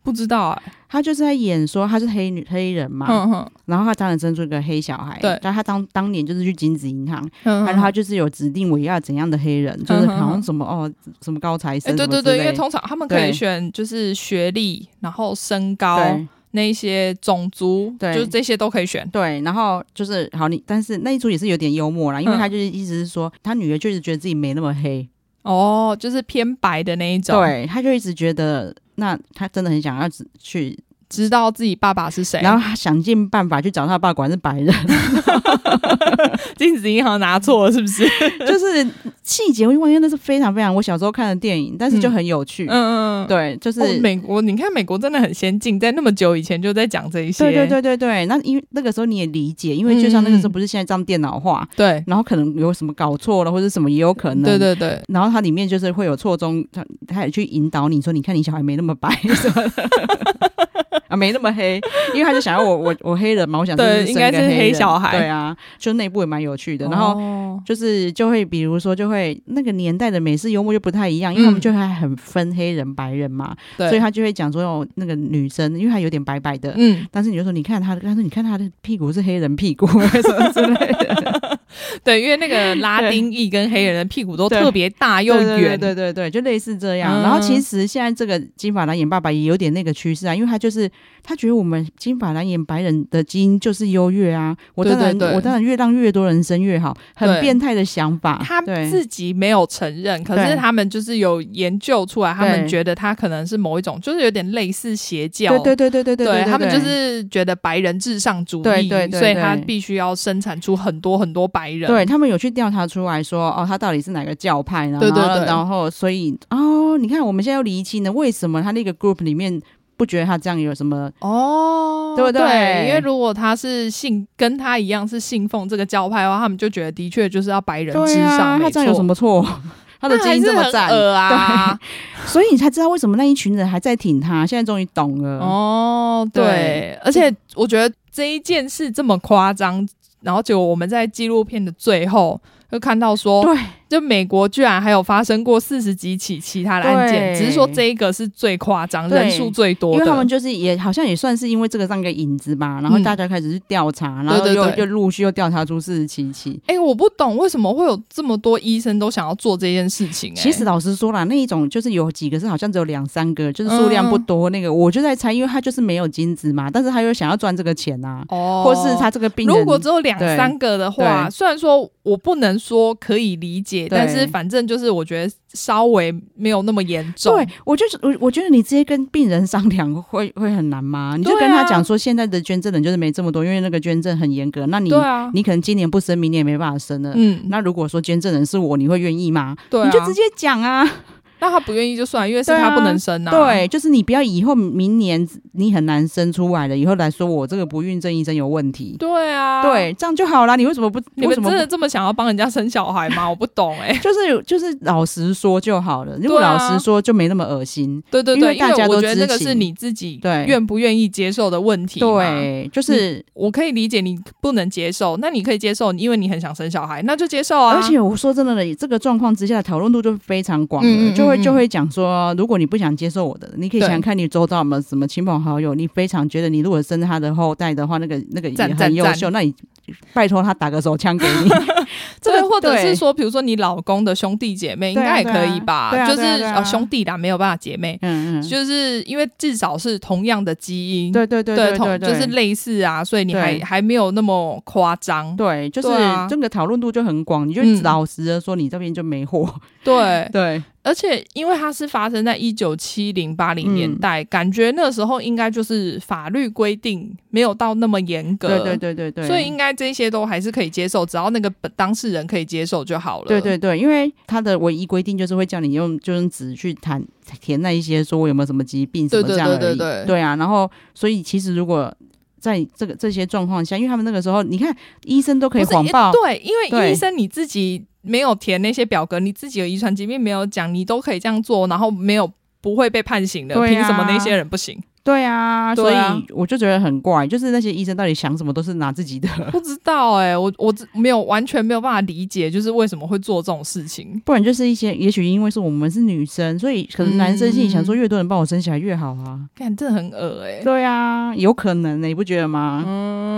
Speaker 2: 不知道哎、
Speaker 1: 他就是在演说他是黑女黑人嘛，
Speaker 2: 嗯哼
Speaker 1: 然后他当然生出一个黑小孩，
Speaker 2: 对
Speaker 1: 但他当当年就是去金子银行，
Speaker 2: 嗯，
Speaker 1: 然后他就是有指定我要怎样的黑人，就是好像什么哦什么高材
Speaker 2: 哎、
Speaker 1: 生，什
Speaker 2: 对
Speaker 1: 么
Speaker 2: 对
Speaker 1: 之
Speaker 2: 对，
Speaker 1: 类
Speaker 2: 因为通常他们可以
Speaker 1: 对
Speaker 2: 选就是学历，然后身高
Speaker 1: 对
Speaker 2: 那一些种族，
Speaker 1: 对
Speaker 2: 就是这些都可以选。
Speaker 1: 对，然后就是好你，但是那一组也是有点幽默啦，因为
Speaker 2: 嗯
Speaker 1: 他就是一直是说他女儿就是觉得自己没那么黑，
Speaker 2: 哦，就是偏白的那一种，，
Speaker 1: 对，他就一直觉得那他真的很想要只去，
Speaker 2: 知道自己爸爸是谁，
Speaker 1: 然后他想尽办法去找他爸，管是白
Speaker 2: <laughs>
Speaker 1: 人，
Speaker 2: 金子银行拿错了是
Speaker 1: <laughs>
Speaker 2: 不是？
Speaker 1: 就是细节，因为因为那是非常非常我小时候看的电影，但是就很有趣，
Speaker 2: 嗯嗯，嗯。
Speaker 1: 对，就是。
Speaker 2: 哦、美国，你看美国真的很先进，在那么久以前就在讲这一些，
Speaker 1: 对对对对对，那因为那个时候你也理解，因为就像那个
Speaker 2: 嗯
Speaker 1: 时候不是现在这样电脑化，
Speaker 2: 对
Speaker 1: 然后可能有什么搞错了或者什么也有可能。
Speaker 2: 对。对对，
Speaker 1: 然后它里面就是会有错综，它它也去引导你说，你看你小孩没那么白 <laughs> 什么的啊，没那么黑，因为他就想要我我我黑人嘛，我想
Speaker 2: 对
Speaker 1: 这是
Speaker 2: 应该
Speaker 1: 生一个
Speaker 2: 是黑
Speaker 1: 黑人
Speaker 2: 小孩
Speaker 1: 对啊，就内部也蛮有趣的。然后
Speaker 2: 哦
Speaker 1: 就是就会比如说就会那个年代的美式幽默就不太一样，因为他们
Speaker 2: 嗯
Speaker 1: 就还很分黑人白人嘛，
Speaker 2: 对，
Speaker 1: 所以他就会讲说哦那个女生，因为她有点白白的，
Speaker 2: 嗯，
Speaker 1: 但是你就说，你看他，他说你看他的屁股是黑人屁股什么 <laughs> 之类的，
Speaker 2: 对，因
Speaker 1: <laughs>
Speaker 2: 为那个拉丁裔跟黑人的屁股都特别大又
Speaker 1: 对
Speaker 2: 圆，
Speaker 1: 对对对对对，就类似这样。
Speaker 2: 嗯
Speaker 1: 然后其实现在这个金发蓝眼爸爸也有点那个趋势啊，因为他就是他觉得我们金发蓝眼白人的基因就是优越啊，我当然
Speaker 2: 对对对
Speaker 1: 我当然越让越多人生越好，
Speaker 2: 对
Speaker 1: 很变态的想法。
Speaker 2: 他
Speaker 1: 啊对
Speaker 2: 自己没有承认，可是
Speaker 1: 对
Speaker 2: 他们就是有研究出来，他们
Speaker 1: 对
Speaker 2: 觉得他可能是某一种，就是有点类似邪教。
Speaker 1: 对对对对对对
Speaker 2: 对他们就是觉得白人至上主义，
Speaker 1: 对对对
Speaker 2: 所以他
Speaker 1: 对
Speaker 2: 必须要生产出很多很多白人。
Speaker 1: 对他们有去调查出来说，哦，他到底是哪个教派呢？
Speaker 2: 对对
Speaker 1: 然后
Speaker 2: 对
Speaker 1: 然后所以哦，你看我们现在要厘清了，为什么他那个 group 里面不觉得他这样有什么？
Speaker 2: 哦，
Speaker 1: 对不对
Speaker 2: 因为如果他是信跟他一样是信奉这个教派的话，他们就觉得的确就是要白人
Speaker 1: 对
Speaker 2: 至上，
Speaker 1: 啊，
Speaker 2: 没
Speaker 1: 他这样有
Speaker 2: 错
Speaker 1: 什？么错？ <laughs> 他的
Speaker 2: 那
Speaker 1: 基
Speaker 2: 还
Speaker 1: 因
Speaker 2: 是
Speaker 1: 这么
Speaker 2: 很
Speaker 1: 赞，
Speaker 2: 恶啊！
Speaker 1: 所以你才知道为什么那一群人还在挺他。现在终于懂了。
Speaker 2: 哦，
Speaker 1: 对
Speaker 2: 对，而且我觉得这一件事这么夸张，然后结果我们在纪录片的最后就看到说，
Speaker 1: 对
Speaker 2: 就美国居然还有发生过四十几起其他的案件，
Speaker 1: 对
Speaker 2: 只是说这一个是最夸张，
Speaker 1: 对
Speaker 2: 人数最多
Speaker 1: 因为
Speaker 2: 的。
Speaker 1: 他们就是也好像也算是因为这个上个引子吧，然后
Speaker 2: 嗯
Speaker 1: 大家开始去调查，然后
Speaker 2: 对对
Speaker 1: 又
Speaker 2: 对
Speaker 1: 又陆续又调查出四十七起。
Speaker 2: 哎、我不懂为什么会有这么多医生都想要做这件事情、哎，
Speaker 1: 其实老实说啦，那一种就是有几个是好像只有两三个，就是数量不多。那个
Speaker 2: 嗯
Speaker 1: 我就在猜，因为他就是没有金子嘛，但是他又想要赚这个钱啊，
Speaker 2: 哦，
Speaker 1: 或是他这个病人
Speaker 2: 如果只有两
Speaker 1: 对
Speaker 2: 三个的话，
Speaker 1: 对
Speaker 2: 虽然说我不能说可以理解，
Speaker 1: 对
Speaker 2: 但是反正就是我觉得稍微没有那么严重。
Speaker 1: 对，我就是我，我觉得你直接跟病人商量会会很难吗？你就
Speaker 2: 对啊
Speaker 1: 跟他讲说，现在的捐赠人就是没这么多，因为那个捐赠很严格。那你、
Speaker 2: 对啊，
Speaker 1: 你可能今年不生，明年也没办法生了。
Speaker 2: 嗯，
Speaker 1: 那如果说捐赠人是我，你会愿意吗？
Speaker 2: 对、啊，
Speaker 1: 你就直接讲啊，
Speaker 2: 那他不愿意就算了，因为是
Speaker 1: 对啊
Speaker 2: 他不能生啊。
Speaker 1: 对，就是你不要以后明年你很难生出来了，以后来说我这个不孕症医生有问题，
Speaker 2: 对啊，，
Speaker 1: 对，这样就好啦。你为什么不？
Speaker 2: 你
Speaker 1: 为
Speaker 2: 们
Speaker 1: 什么
Speaker 2: 真
Speaker 1: 不
Speaker 2: 的这么想要帮人家生小孩吗？我不懂哎、
Speaker 1: 就是就是老实说就好了？如果
Speaker 2: 对啊
Speaker 1: 老实说就没那么恶心。
Speaker 2: 对对
Speaker 1: 因
Speaker 2: 对，
Speaker 1: 为
Speaker 2: 因
Speaker 1: 大
Speaker 2: 为
Speaker 1: 家都
Speaker 2: 我觉得那个
Speaker 1: 知情
Speaker 2: 是你自己
Speaker 1: 对
Speaker 2: 愿不愿意接受的问题。。
Speaker 1: 对，就是。
Speaker 2: 我可以理解你不能接受，那你可以接受，因为你很想生小孩，那就接受啊。
Speaker 1: 而且我说真的，这个状况之下，讨论度就非常广了，
Speaker 2: 嗯嗯嗯
Speaker 1: 就会
Speaker 2: 嗯
Speaker 1: 就会讲说，如果你不想接受我的，你可以
Speaker 2: 对
Speaker 1: 想想看你周遭有没有什么亲朋好友，你非常觉得你如果生他的后代的话，那个那个
Speaker 2: 赞
Speaker 1: 也
Speaker 2: 赞
Speaker 1: 很优
Speaker 2: 赞
Speaker 1: 秀，那你拜托他打个手枪给
Speaker 2: <laughs>
Speaker 1: 你，
Speaker 2: 这
Speaker 1: 对
Speaker 2: 个或者
Speaker 1: 对
Speaker 2: 是说，比如说你老公的兄弟姐妹应
Speaker 1: 对啊
Speaker 2: 该也可以吧，
Speaker 1: 对啊对啊
Speaker 2: 就是、
Speaker 1: 对啊对啊
Speaker 2: 呃兄弟啦，没有办法姐妹，
Speaker 1: 嗯嗯，
Speaker 2: 就是因为至少是同样的基因，
Speaker 1: 对对对对对，
Speaker 2: 同就是类似啊，所以你还
Speaker 1: 对
Speaker 2: 还没有那么夸张，
Speaker 1: 对，就是
Speaker 2: 对啊
Speaker 1: 这个讨论度就很广，你就
Speaker 2: 嗯
Speaker 1: 老实的说你这边就没货，
Speaker 2: 对，
Speaker 1: 对
Speaker 2: 而且因为它是发生在一九七零八
Speaker 1: 嗯
Speaker 2: 零年代，感觉那时候应该就是法律规定没有到那么严格，
Speaker 1: <laughs> 对对对对对，
Speaker 2: 所以应该这些都还是可以接受，只要那个本当事人可以接受就好了，
Speaker 1: 对对对，因为他的唯一规定就是会叫你用就用纸去填填那一些说我有没有什么疾病什
Speaker 2: 对
Speaker 1: 么
Speaker 2: 对
Speaker 1: 这样而已，
Speaker 2: 对对对
Speaker 1: 啊，然后所以其实如果在这个这些状况下，因为他们那个时候你看医生都可以
Speaker 2: 不是
Speaker 1: 谎
Speaker 2: 因
Speaker 1: 报，
Speaker 2: 对，因为
Speaker 1: 对
Speaker 2: 医生你自己没有填那些表格，你自己有遗传疾病没有讲，你都可以这样做，然后没有不会被判刑的，
Speaker 1: 对啊
Speaker 2: 凭什么那些人不行？
Speaker 1: 对啊，所
Speaker 2: 对
Speaker 1: 以
Speaker 2: 啊
Speaker 1: 我就觉得很怪，就是那些医生到底想什么，都是拿自己的。 <laughs>
Speaker 2: 不知道哎、我我只没有完全没有办法理解，就是为什么会做这种事情。
Speaker 1: 不然就是一些，也许因为是我们是女生，所以可能男生心里想
Speaker 2: 嗯
Speaker 1: 说，越多人帮我生小孩越好啊。
Speaker 2: 看，真的很恶哎、
Speaker 1: 对啊，有可能呢、你不觉得吗？
Speaker 2: 嗯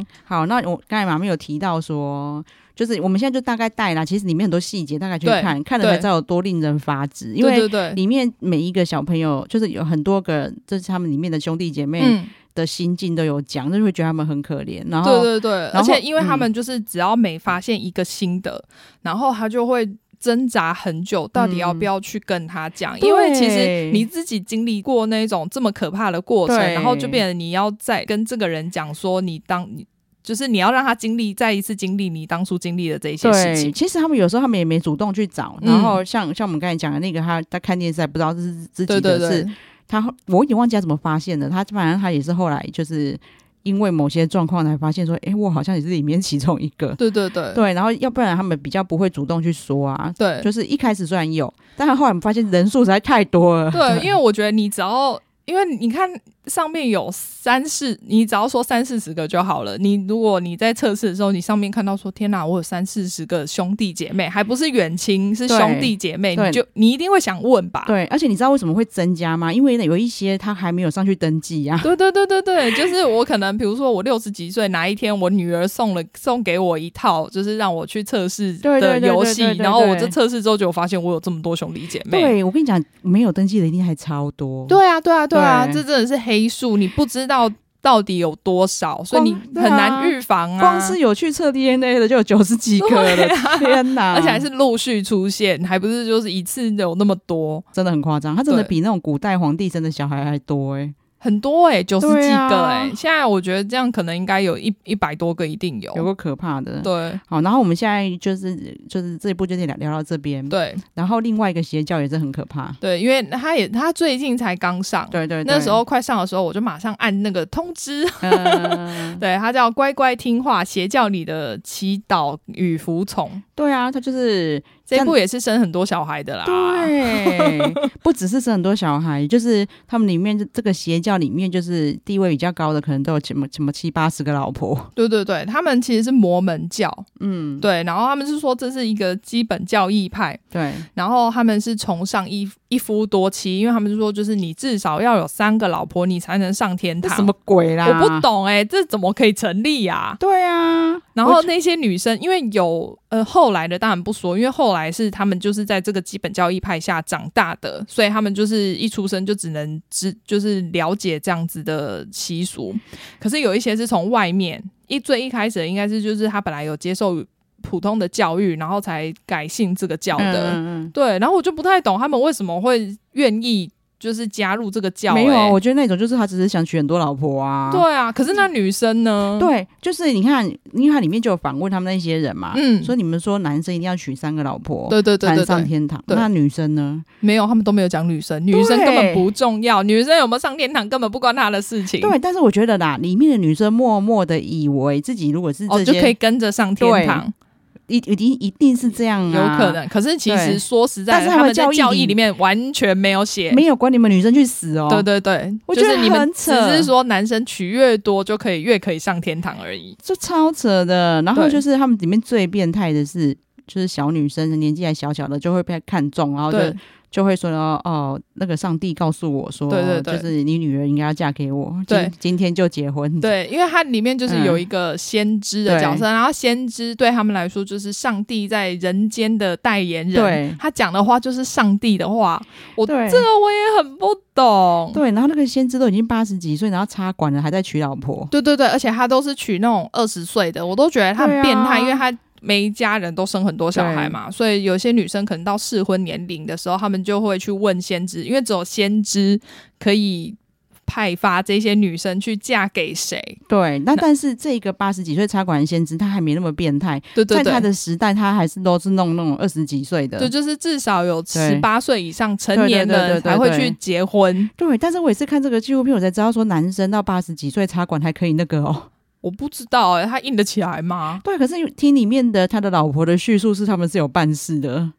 Speaker 1: 嗯好，那我刚才妈咪有提到说，就是我们现在就大概带啦，其实里面很多细节大概去
Speaker 2: 对
Speaker 1: 看，看了才
Speaker 2: 对
Speaker 1: 知道有多令人发指，因
Speaker 2: 对
Speaker 1: 为
Speaker 2: 对对，
Speaker 1: 里面每一个小朋友，就是有很多个，这、是他们里面的兄弟姐妹
Speaker 2: 嗯，
Speaker 1: 的心境都有讲，就是会觉得他们很可怜，然后
Speaker 2: 对对对，
Speaker 1: 哦然
Speaker 2: 而
Speaker 1: 后嗯
Speaker 2: 且因为他们就是只要每发现一个新的，然后他就会。挣扎很久，到底要不要去跟他讲？因为其实
Speaker 1: 嗯对
Speaker 2: 你自己经历过那种这么可怕的过程，
Speaker 1: 对
Speaker 2: 然后就变成你要再跟这个人讲说，你当你就是你要让他经历再一次经历你当初经历的这一些事情。
Speaker 1: 其实他们有时候他们也没主动去找，
Speaker 2: 嗯
Speaker 1: 然后像像我们刚才讲的那个，他他看电视还不知道这是自己
Speaker 2: 对
Speaker 1: 的
Speaker 2: 对
Speaker 1: 事，
Speaker 2: 对，
Speaker 1: 他我有点忘记他怎么发现的，他反正他也是后来就是因为某些状况才发现说，诶，我好像也是里面其中一个，
Speaker 2: 对对对
Speaker 1: 对，然后要不然他们比较不会主动去说啊，
Speaker 2: 对
Speaker 1: 就是一开始虽然有，但他后来我们发现人数实在太多了，
Speaker 2: 对，因为我觉得你只要，因为你看上面有三四，你只要说三四十个就好了。你如果你在测试的时候，你上面看到说天哪，我有三四十个兄弟姐妹，还不是远亲，是
Speaker 1: 对
Speaker 2: 兄弟姐妹，
Speaker 1: 对
Speaker 2: 你就你一定会想问吧？
Speaker 1: <laughs> 对，而且你知道为什么会增加吗？因为有一些他还没有上去登记
Speaker 2: <laughs>
Speaker 1: 呀、啊。
Speaker 2: 对对对对对，就是我可能，比如说我六十几岁，哪一天我女儿送了送给我一套，就是让我去测试
Speaker 1: 对对
Speaker 2: 的
Speaker 1: 对
Speaker 2: 游
Speaker 1: 对
Speaker 2: 戏
Speaker 1: 对，对
Speaker 2: 然后我
Speaker 1: 对
Speaker 2: 这测试之后就发现我有这么多兄弟姐妹，
Speaker 1: 对，我跟你讲，没有登记的一定还超多。
Speaker 2: 对啊，对啊，对啊，
Speaker 1: 对
Speaker 2: 这真的是黑数，你不知道到底有多少，所以你
Speaker 1: 对
Speaker 2: 很
Speaker 1: 啊
Speaker 2: 难预防啊。
Speaker 1: 光是有去测 DNA 的就有九十几个
Speaker 2: 对
Speaker 1: 了，
Speaker 2: 啊
Speaker 1: 天哪！
Speaker 2: 而且还是陆续出现，还不是就是一次有那么多，
Speaker 1: 真的很夸张，他真的
Speaker 2: 对
Speaker 1: 比那种古代皇帝生的小孩还多哎、
Speaker 2: 很多哎、九十
Speaker 1: 对
Speaker 2: 几
Speaker 1: 啊
Speaker 2: 个哎、现在我觉得这样可能应该有一一百多个，一定有。
Speaker 1: 有个可怕的。
Speaker 2: 哦对
Speaker 1: 好，然后我们现在就是就是这一部就先聊聊到这边，
Speaker 2: 对
Speaker 1: 然后另外一个邪教也是很可怕，
Speaker 2: 对，因为他也他最近才刚上，
Speaker 1: 对对对
Speaker 2: 那时候快上的时候，我就马上按那个通知。
Speaker 1: 呃
Speaker 2: <laughs> 对，他叫乖乖听话，邪教里的祈祷与服从。
Speaker 1: 对啊，他就是
Speaker 2: 这部也是生很多小孩的啦。
Speaker 1: 对，不只是生很多小孩，就是他们里面这个邪教里面就是地位比较高的，可能都有什么什么七八十个老婆，
Speaker 2: 对对对，他们其实是摩门教，
Speaker 1: 嗯，
Speaker 2: 对，然后他们是说这是一个基本教义派，
Speaker 1: 对
Speaker 2: 然后他们是崇尚一一夫多妻，因为他们是说就是你至少要有三个老婆，你才能上天
Speaker 1: 这
Speaker 2: 堂。
Speaker 1: 什么鬼啊啦？
Speaker 2: 我不。懂哎、这怎么可以成立呀、
Speaker 1: 对啊，
Speaker 2: 然
Speaker 1: 我
Speaker 2: 后那些女生，因为有呃后来的当然不说，因为呃后来是他们就是在这个基本教义派下长大的，所以他们就是一出生就只能知就是了解这样子的习俗。可是有一些是从外面一最一开始的应该是就是他本来有接受普通的教育，然后才改信这个教
Speaker 1: 嗯
Speaker 2: 的。
Speaker 1: 嗯嗯
Speaker 2: 对，然后我就不太懂他们为什么会愿意就是加入这个教、
Speaker 1: 没有啊，
Speaker 2: 欸
Speaker 1: 我觉得那种就是他只是想娶很多老婆啊。
Speaker 2: 对啊，可是那女生呢？，
Speaker 1: 对，就是你看，因为它里面就有访问他们那些人嘛，
Speaker 2: 嗯
Speaker 1: 所以你们说男生一定要娶三个老婆，
Speaker 2: 对对对
Speaker 1: 才
Speaker 2: 对
Speaker 1: 能
Speaker 2: 对
Speaker 1: 上天堂，
Speaker 2: 对
Speaker 1: 那女生呢？
Speaker 2: 没有，他们都没有讲女生，女生根本不重要，女生有没有上天堂根本不关她的事情。
Speaker 1: 对，但是我觉得啦，里面的女生默默的以为自己如果是
Speaker 2: 哦，
Speaker 1: 这
Speaker 2: 就
Speaker 1: 些，
Speaker 2: 可以跟着上天堂，
Speaker 1: 一一定一定是这样
Speaker 2: 有
Speaker 1: 啊，
Speaker 2: 可。能。可是其实
Speaker 1: 对
Speaker 2: 说实
Speaker 1: 但
Speaker 2: 在，
Speaker 1: 是
Speaker 2: 他
Speaker 1: 他
Speaker 2: 们
Speaker 1: 们
Speaker 2: 在
Speaker 1: 教义
Speaker 2: 教
Speaker 1: 里
Speaker 2: 义里面完全没有写。
Speaker 1: 没有管你们女生去死哦，
Speaker 2: 对对对，
Speaker 1: 我
Speaker 2: 就
Speaker 1: 觉得
Speaker 2: 是你们
Speaker 1: 很
Speaker 2: 只
Speaker 1: 扯
Speaker 2: 是说男生娶越多就可以越可以上天堂而已。
Speaker 1: 就超扯的。然后
Speaker 2: 对
Speaker 1: 就是他们里面最变态的是，就是小女生年纪还小小的就会被看中，然后就
Speaker 2: 对
Speaker 1: 就会说哦，那个上帝告诉我说，
Speaker 2: 对对对
Speaker 1: 就是你女儿应该要嫁给我，今
Speaker 2: 对
Speaker 1: 今天就结婚，
Speaker 2: 对，因为它里面就是
Speaker 1: 嗯
Speaker 2: 有一个先知的角色，然后先知对他们来说就是上帝在人间的代言人，
Speaker 1: 对
Speaker 2: 他讲的话就是上帝的话。我这
Speaker 1: 对
Speaker 2: 个我也很不懂。
Speaker 1: 对，然后那个先知都已经八十几岁，然后插管了，还在娶老婆。
Speaker 2: 对对对，而且他都是娶那种二十岁的，我都觉得他很变态，
Speaker 1: 对啊
Speaker 2: 因为他每一家人都生很多小孩嘛，所以有些女生可能到适婚年龄的时候，他们就会去问先知，因为只有先知可以派发这些女生去嫁给谁。
Speaker 1: 对，那但是这个八十几岁插管的先知，他还没那么变态，
Speaker 2: 对对
Speaker 1: 在
Speaker 2: 对
Speaker 1: 他，的时代，他还是都是弄那种二十几岁的。
Speaker 2: 对，就是至少有十
Speaker 1: 对
Speaker 2: 八岁以上成年
Speaker 1: 对对
Speaker 2: 人
Speaker 1: 对对对
Speaker 2: 才会去结婚。
Speaker 1: 对，但是我也是看这个纪录片，我才知道说男生到八十几岁插管还可以那个哦。 <laughs>
Speaker 2: 我不知道哎、他硬得起来吗？
Speaker 1: 对，可是听里面的他的老婆的叙述是他们是有办事的，
Speaker 2: 嗯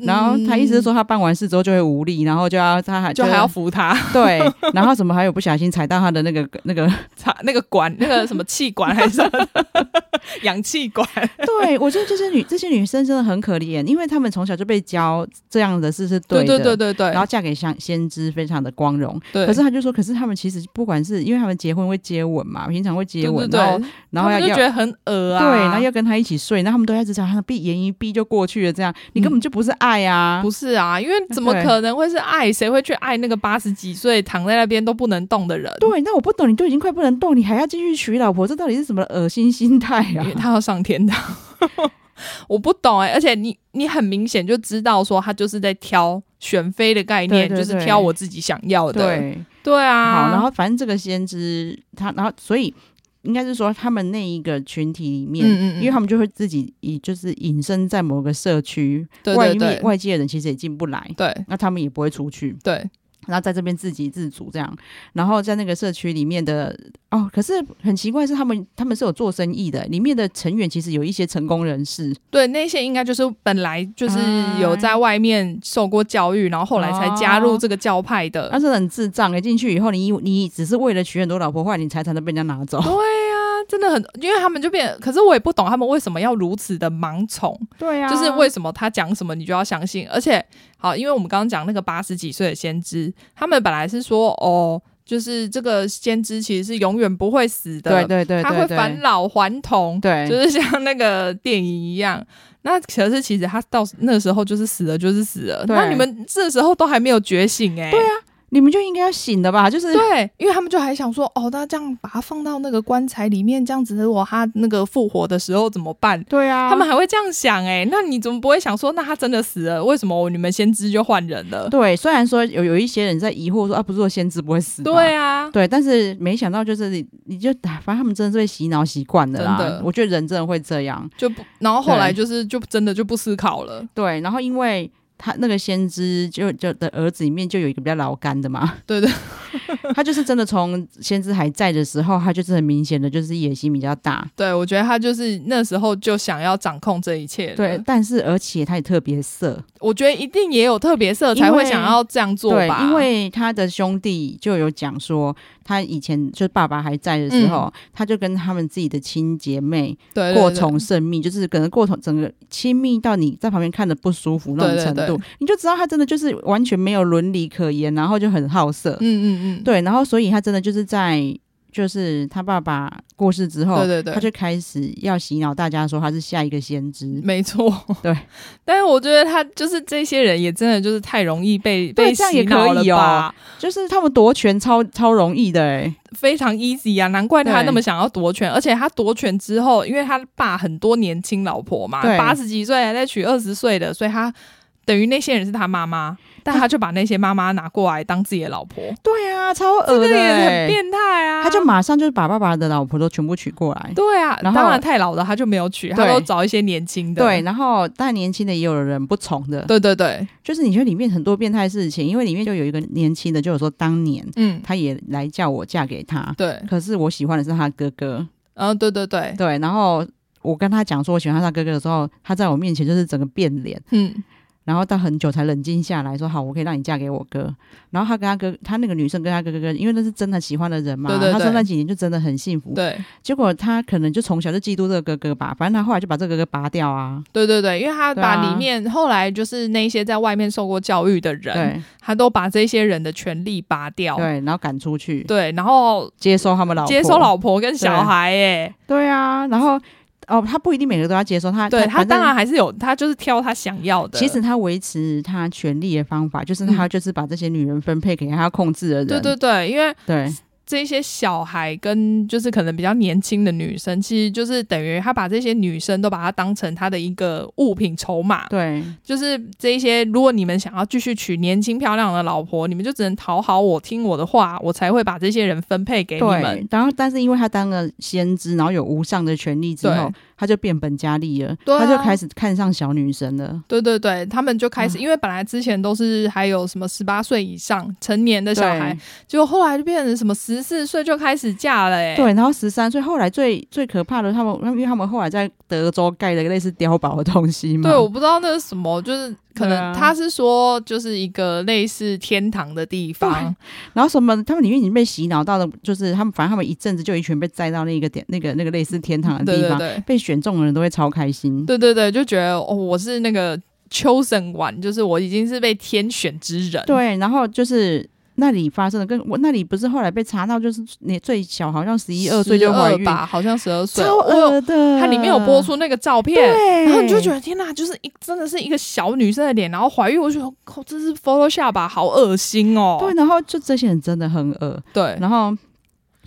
Speaker 1: 然后他意思是说他办完事之后就会无力，然后就要他还
Speaker 2: 就还要扶他
Speaker 1: 对，然后什么还有不小心踩到他的那个那
Speaker 2: <laughs>
Speaker 1: 个，
Speaker 2: 插那个管，那个什么气管还是什么的 <laughs> 氧气管，
Speaker 1: 对我觉得这些女这些女生真的很可怜，因为她们从小就被教这样的事是
Speaker 2: 对
Speaker 1: 的，
Speaker 2: 对对对对，
Speaker 1: 然后嫁给像先知非常的光荣，
Speaker 2: 对，
Speaker 1: 可是他就说，可是他们其实不管是因为他们结婚会接吻嘛，平常会接
Speaker 2: 对对
Speaker 1: 吻，
Speaker 2: 对，
Speaker 1: 然后然后
Speaker 2: 他
Speaker 1: 要
Speaker 2: 们就
Speaker 1: 要
Speaker 2: 觉得很恶啊，
Speaker 1: 对，然后要跟他一起睡，然后他们都在职场上闭眼一闭就过去了，这样你根本就不是爱啊！
Speaker 2: 不是啊，因为怎么
Speaker 1: 对
Speaker 2: 可能会是爱？谁会去爱那个八十几岁躺在那边都不能动的人？
Speaker 1: 对，那我不懂，你都已经快不能动，你还要继续娶老婆，这到底是什么恶心心态啊
Speaker 2: 因为？他要上天
Speaker 1: <laughs>
Speaker 2: 堂。我不懂哎、而且你你很明显就知道说他就是在挑选妃的概念，
Speaker 1: 对对
Speaker 2: 就是挑我自己想要的。
Speaker 1: 对，
Speaker 2: 对啊，
Speaker 1: 好，然后反正这个先知他，然后所以应该是说他们那一个群体里面，
Speaker 2: 嗯嗯嗯
Speaker 1: 因为他们就会自己以就是隐身在某个社区，
Speaker 2: 对
Speaker 1: 外
Speaker 2: 对
Speaker 1: 面
Speaker 2: 对
Speaker 1: 外界的人其实也进不来，
Speaker 2: 对
Speaker 1: 那他们也不会出去，
Speaker 2: 对，
Speaker 1: 然后在这边自给自足这样，然后在那个社区里面的哦，可是很奇怪是他们他们是有做生意的，里面的成员其实有一些成功人士，
Speaker 2: 对，那些应该就是本来就是
Speaker 1: 啊
Speaker 2: 有在外面受过教育，然后后来才加入这个教派的。
Speaker 1: 但是很智障哎、进去以后你你只是为了娶很多老婆，后来你财产都被人家拿走，
Speaker 2: <laughs> 对啊，真的很，因为他们就变，可是我也不懂他们为什么要如此的盲从。
Speaker 1: 对啊
Speaker 2: 就是为什么他讲什么你就要相信，而且好，因为我们刚刚讲那个八十几岁的先知，他们本来是说哦，就是这个先知其实是永远不会死的，
Speaker 1: 对对对对对，
Speaker 2: 他会返老还童，
Speaker 1: 对
Speaker 2: 就是像那个电影一样。那可是其实他到那时候就是死了，就是死了。
Speaker 1: 对
Speaker 2: 那你们这时候都还没有觉醒哎、对啊，
Speaker 1: 你们就应该要醒的吧？就是
Speaker 2: 对，因为他们就还想说哦，那这样把他放到那个棺材里面，这样子如果他那个复活的时候怎么办？
Speaker 1: 对啊，
Speaker 2: 他们还会这样想哎、那你怎么不会想说，那他真的死了，为什么你们先知就换人了？
Speaker 1: 对，啊虽然说有有一些人在疑惑说啊，不是说先知不会死吗，
Speaker 2: 对啊，
Speaker 1: 对，但是没想到就是你你就打，反正他们真的是被洗脑习惯的啦。
Speaker 2: 真的
Speaker 1: 我觉得人真的会这样。
Speaker 2: 就不，然后后来就是就真的就不思考了。
Speaker 1: 对，然后因为他那个先知就就的儿子里面就有一个比较老干的嘛，
Speaker 2: <laughs> 对对，
Speaker 1: 他就是真的从先知还在的时候，他就是很明显的就是野心比较大。
Speaker 2: 对，我觉得他就是那时候就想要掌控这一切。
Speaker 1: 对，，但是而且他也特别色，
Speaker 2: 我觉得一定也有特别色才
Speaker 1: 因为
Speaker 2: 会想要这样做
Speaker 1: 对，
Speaker 2: 吧，
Speaker 1: 因为他的兄弟就有讲说，他以前就是爸爸还在的时候，他就跟他们自己的亲姐妹
Speaker 2: 嗯对
Speaker 1: 过从甚密，就是可能过从整个亲密到你在旁边看的不舒服那种程度，
Speaker 2: 对对
Speaker 1: 你就知道他真的就是完全没有伦理可言，然后就很好色，
Speaker 2: 对嗯嗯嗯，
Speaker 1: 对，然后所以他真的就是在就是他爸爸过世之后，
Speaker 2: 对对对
Speaker 1: 他就开始要洗脑大家说他是下一个先知。
Speaker 2: 没错，
Speaker 1: 对。
Speaker 2: 但是我觉得他就是这些人也真的就是太容易被
Speaker 1: 对
Speaker 2: 被
Speaker 1: 这样也
Speaker 2: 洗脑
Speaker 1: 可
Speaker 2: 了
Speaker 1: 以哦
Speaker 2: 吧，
Speaker 1: 就是他们夺权超超容易的哎、
Speaker 2: 非常 easy 啊，难怪他
Speaker 1: 对
Speaker 2: 那么想要夺权，而且他夺权之后，因为他爸很多年轻老婆嘛
Speaker 1: 对，
Speaker 2: 八十几岁还在娶二十岁的，所以他等于那些人是他妈妈，但他就把那些妈妈拿过来当自己的老婆，
Speaker 1: 对啊，超恶
Speaker 2: 这
Speaker 1: 的、
Speaker 2: 个也
Speaker 1: 欸
Speaker 2: 很变态啊！
Speaker 1: 他就马上就把爸爸的老婆都全部娶过来。
Speaker 2: 对啊，
Speaker 1: 然后
Speaker 2: 当然太老的他就没有娶，他
Speaker 1: 对
Speaker 2: 都找一些年轻的，
Speaker 1: 对，然后但年轻的也有人不从的，
Speaker 2: 对对对，
Speaker 1: 就是你觉得里面很多变态事情，因为里面就有一个年轻的，就有说当年
Speaker 2: 嗯，
Speaker 1: 他也来叫我嫁给他，
Speaker 2: 对，
Speaker 1: 可是我喜欢的是他哥哥，
Speaker 2: 然后对对对，
Speaker 1: 对，然后我跟他讲说我喜欢他哥哥的时候，他在我面前就是整个变脸，
Speaker 2: 嗯，
Speaker 1: 然后到很久才冷静下来说好，我可以让你嫁给我哥。然后他跟他哥，他那个女生跟他哥哥，因为那是真的喜欢的人嘛，
Speaker 2: 对对
Speaker 1: 他
Speaker 2: 对
Speaker 1: 说那几年就真的很幸福。
Speaker 2: 对
Speaker 1: 结果他可能就从小就嫉妒这个哥哥吧，反正他后来就把这个哥哥拔掉啊，
Speaker 2: 对对对，因为他
Speaker 1: 对啊
Speaker 2: 把里面、后来就是那些在外面受过教育的人，
Speaker 1: 对
Speaker 2: 他都把这些人的权利拔掉，
Speaker 1: 对，然后赶出去，
Speaker 2: 对，然后
Speaker 1: 接收他们老婆
Speaker 2: 接收老婆跟小孩、耶，
Speaker 1: 对啊，然后哦，他不一定每个都要接收，他
Speaker 2: 对他
Speaker 1: 他
Speaker 2: 当然
Speaker 1: 反
Speaker 2: 还是有，他就是挑他想要的。
Speaker 1: 正其实他维持他权利的方法就是他
Speaker 2: 嗯
Speaker 1: 就是把这些女人分配给他控制的人，
Speaker 2: 对对对，因为
Speaker 1: 对
Speaker 2: 这些小孩跟就是可能比较年轻的女生，其实就是等于他把这些女生都把她当成他的一个物品筹码，
Speaker 1: 对
Speaker 2: 就是这一些，如果你们想要继续娶年轻漂亮的老婆，你们就只能讨好我，听我的话，我才会把这些人分配给你们
Speaker 1: 对。，然后但是因为他当了先知，然后有无上的权利之后
Speaker 2: 对，
Speaker 1: 他就变本加厉了，
Speaker 2: 对啊
Speaker 1: 他就开始看上小女生了。
Speaker 2: 对对对，他们就开
Speaker 1: 嗯
Speaker 2: 始，因为本来之前都是还有什么十八岁以上成年的
Speaker 1: 对
Speaker 2: 小孩，结果后来就变成什么十十四岁就开始嫁了、欸，哎，
Speaker 1: 对，然后十三岁，后来最最可怕的，他们，因为他们后来在德州盖了一个类似碉堡的东西嘛，
Speaker 2: 对，我不知道那是什么，就是可
Speaker 1: 对
Speaker 2: 能
Speaker 1: 啊
Speaker 2: 他是说，就是一个类似天堂的地方，
Speaker 1: 然后什么，他们里面已经被洗脑到了，就是他们，反正他们一阵子就一群被载到那个点，那个那个类似天堂的
Speaker 2: 对
Speaker 1: 地
Speaker 2: 对
Speaker 1: 方，
Speaker 2: 对，
Speaker 1: 被选中的人都会超开心。
Speaker 2: 对对对，就觉得哦，我是那个 chosen one，就是我已经是被天选之人，
Speaker 1: 对，然后就是那里发生的，跟我那里不是后来被查到，就是你最小好像十一二岁就怀
Speaker 2: 12
Speaker 1: 孕，
Speaker 2: 吧，好像十二岁，
Speaker 1: 超
Speaker 2: 我有
Speaker 1: 恶的。
Speaker 2: 它里面有播出那个照片。
Speaker 1: 对，
Speaker 2: 然后你就觉
Speaker 1: 得
Speaker 2: 得天呐，就是一真的是一个小女生的脸，然后怀孕，我就觉得靠，这是 Photoshop 吧，好恶心哦。
Speaker 1: 对，然后就这些人真的很恶，
Speaker 2: 对
Speaker 1: 然后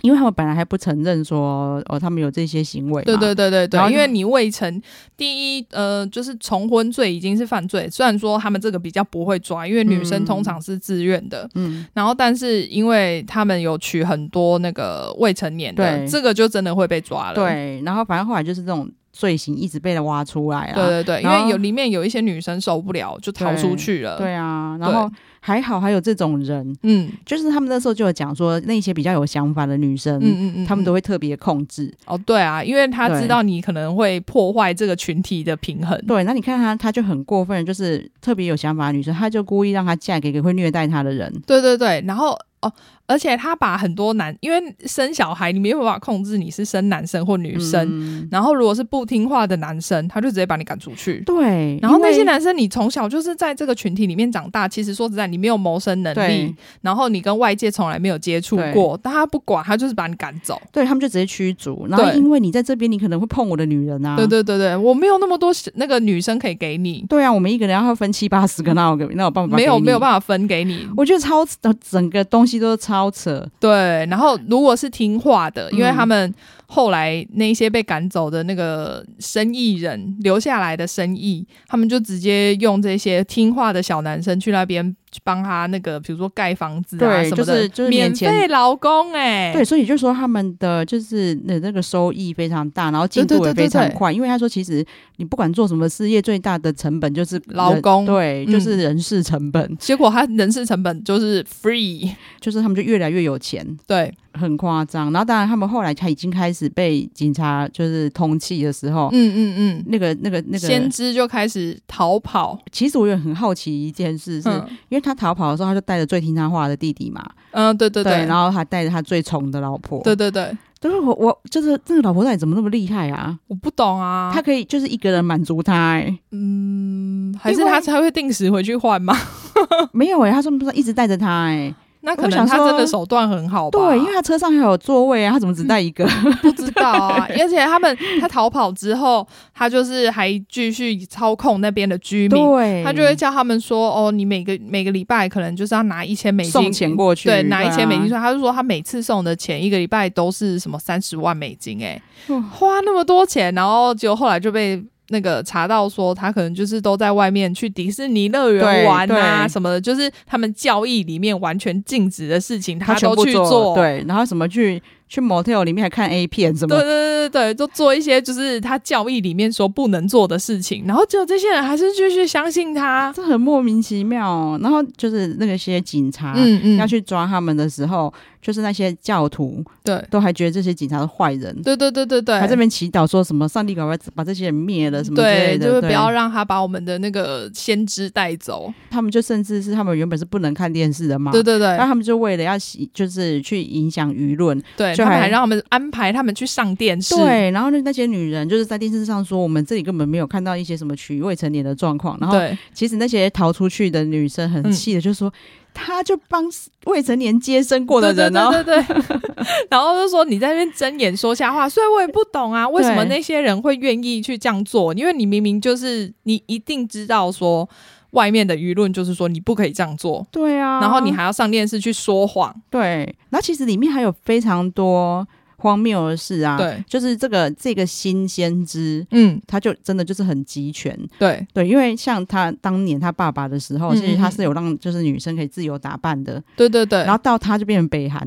Speaker 1: 因为他们本来还不承认说哦，他们有这些行为嘛，
Speaker 2: 对对对对
Speaker 1: 然后
Speaker 2: 对，因
Speaker 1: 就
Speaker 2: 为你未成，第一呃，就是重婚罪已经是犯罪，虽然说他们这个比较不会抓，因为女生
Speaker 1: 嗯
Speaker 2: 通常是自愿的，
Speaker 1: 嗯，
Speaker 2: 然后，但是因为他们有娶很多那个未成年的，
Speaker 1: 对
Speaker 2: 这个就真的会被抓了。
Speaker 1: 对，然后反正后来就是这种罪行一直被挖出来啊
Speaker 2: 对
Speaker 1: 了。
Speaker 2: 对对，因
Speaker 1: 然后
Speaker 2: 为有里面有一些女生受不了，就逃出去了。
Speaker 1: 对啊，然后还好还有这种人，
Speaker 2: 嗯
Speaker 1: 就是他们那时候就有讲说，那些比较有想法的女生，
Speaker 2: 嗯嗯嗯，
Speaker 1: 他们都
Speaker 2: 会
Speaker 1: 会特别控制，
Speaker 2: 哦，对啊，因为他
Speaker 1: 对
Speaker 2: 知道你可能会破坏这个群体的平衡。
Speaker 1: 对，那你看她，她就很过分，就是特别有想法的女生，她就故意让她嫁给一个会虐待她的人。
Speaker 2: 对对对，然后哦，而且他把很多男，因为生小孩你没有办法控制你是生男生或女生，
Speaker 1: 嗯、
Speaker 2: 然后如果是不听话的男生，他就直接把你赶出去。
Speaker 1: 对，
Speaker 2: 然后那些
Speaker 1: 因为
Speaker 2: 男生，你从小就是在这个群体里面长大，其实说实在，你没有谋生能力
Speaker 1: 对，
Speaker 2: 然后你跟外界从来没有接触过，但他不管，他就是把你赶走。
Speaker 1: 对他们就直接驱逐，然后
Speaker 2: 对
Speaker 1: 因为你在这边，你可能会碰我的女人啊。
Speaker 2: 对对对对，我没有那么多那个女生可以给你，
Speaker 1: 对啊，我们一个人要分七八十个，那我那我办法
Speaker 2: 没有没有
Speaker 1: 法。
Speaker 2: 办法分给你。
Speaker 1: 我觉得超整个东西都是超扯，
Speaker 2: 对，然后如果是听话的，因为
Speaker 1: 嗯
Speaker 2: 他们后来那些被赶走的那个生意人留下来的生意，他们就直接用这些听话的小男生去那边帮他那个，比如说盖房子啊
Speaker 1: 对
Speaker 2: 什
Speaker 1: 就
Speaker 2: 么的，
Speaker 1: 是就是
Speaker 2: 免
Speaker 1: 免钱
Speaker 2: 费劳工哎、
Speaker 1: 对，所以就说他们的就是那那个收益非常大，然后进
Speaker 2: 对对
Speaker 1: 度也
Speaker 2: 对对
Speaker 1: 非常
Speaker 2: 对
Speaker 1: 快，因为他说其实你不管做什么事业，最大的成本就是
Speaker 2: 劳
Speaker 1: 人
Speaker 2: 工
Speaker 1: 对，
Speaker 2: 嗯
Speaker 1: 就是人事成本，
Speaker 2: 结果他人事成本就是 free，
Speaker 1: 就是他们就越来越有钱，
Speaker 2: 对，
Speaker 1: 很夸张。然后当然，他们后来他已经开始被警察就是通缉的时候，
Speaker 2: 嗯嗯嗯，
Speaker 1: 那个那个那
Speaker 2: 先
Speaker 1: 个，
Speaker 2: 知就开始逃跑，
Speaker 1: 其实我也很好奇一件事是，
Speaker 2: 嗯
Speaker 1: 因为他逃跑的时候，他就带着最听他话的弟弟嘛，
Speaker 2: 嗯，对对
Speaker 1: 然后还带着他最宠的老婆，
Speaker 2: 对，对对，
Speaker 1: 就是我我就是这个老婆到底怎么那么厉害啊？
Speaker 2: 我不懂啊，
Speaker 1: 他可以就是一个人满足他、欸，
Speaker 2: 嗯还是
Speaker 1: 因为
Speaker 2: 他才会定时回去换吗？嗯
Speaker 1: 没有哎、他说不是一直带着他哎、
Speaker 2: 那可
Speaker 1: 我
Speaker 2: 能
Speaker 1: 想
Speaker 2: <laughs> 他
Speaker 1: 说
Speaker 2: 真的手段很好吧？
Speaker 1: 对，啊因为他车上还有座位啊，他怎么只带一个？
Speaker 2: <laughs>
Speaker 1: <laughs>
Speaker 2: 不知道 <laughs> 啊，而且他们他逃跑之后，他就是还继续操控那边的居民。
Speaker 1: 对，
Speaker 2: 他就会叫他们说：“哦，你每个每个礼拜可能就是要拿一千美金
Speaker 1: 送钱过去，
Speaker 2: 对，拿一千美金
Speaker 1: 对
Speaker 2: 算，
Speaker 1: 啊
Speaker 2: 他就说他每次送的钱一个礼拜都是什么三十万美金、欸，
Speaker 1: 哇
Speaker 2: 花那么多钱，然后结果后来就被那个查到说他可能就是都在外面去迪士尼乐园
Speaker 1: 对
Speaker 2: 玩啊
Speaker 1: 对
Speaker 2: 什么的，就是他们教义里面完全禁止的事情，
Speaker 1: 他全
Speaker 2: 都
Speaker 1: 部
Speaker 2: 去做，
Speaker 1: 对，然后什么去去 motel 里面还看 A 片什么
Speaker 2: 对。啊对对对，就做一些就是他教义里面说不能做的事情，然后结果这些人还是继续相信他，
Speaker 1: 这很莫名其妙、哦。然后就是那个些警察、
Speaker 2: 嗯嗯，
Speaker 1: 啊要去抓他们的时候，就是那些教徒
Speaker 2: 对
Speaker 1: 都还觉得这些警察是坏人，
Speaker 2: 对对对对对，
Speaker 1: 还这边祈祷说什么上帝赶快把这些人灭了什么之
Speaker 2: 对，
Speaker 1: 类的。
Speaker 2: 就是不要
Speaker 1: 对
Speaker 2: 让他把我们的那个先知带走。
Speaker 1: 他们，就甚至是他们原本是不能看电视的嘛。
Speaker 2: 对对对
Speaker 1: 那他们就为了要洗，就是去影响舆论，
Speaker 2: 对，
Speaker 1: 就
Speaker 2: 他们
Speaker 1: 还
Speaker 2: 还让他们安排他们去上电视。
Speaker 1: 对。然后那那些女人就是在电视上说，我们这里根本没有看到一些什么娶未成年的状况。然后
Speaker 2: 对嗯
Speaker 1: 其实那些逃出去的女生很气的，就说、她就帮未成年接生过的
Speaker 2: 对
Speaker 1: 人，然后
Speaker 2: 对对对对， <laughs> 然后就说你在那边睁眼说瞎话，所以我也不懂啊，为什么那些人会愿意去这样做？因为你明明就是你一定知道说外面的舆论就是说你不可以这样做，
Speaker 1: 对啊，
Speaker 2: 然后你还要上电视去说谎。
Speaker 1: 对，然后其实里面还有非常多。荒谬的事啊，
Speaker 2: 对，
Speaker 1: 就是这个这个新先知，
Speaker 2: 嗯，
Speaker 1: 他就真的就是很集权，
Speaker 2: 对，
Speaker 1: 对，因为像他当年他爸爸的时候，
Speaker 2: 嗯
Speaker 1: 其实他是有让就是女生可以自由打扮的，
Speaker 2: 对对对。
Speaker 1: 然后到他就变成北韩，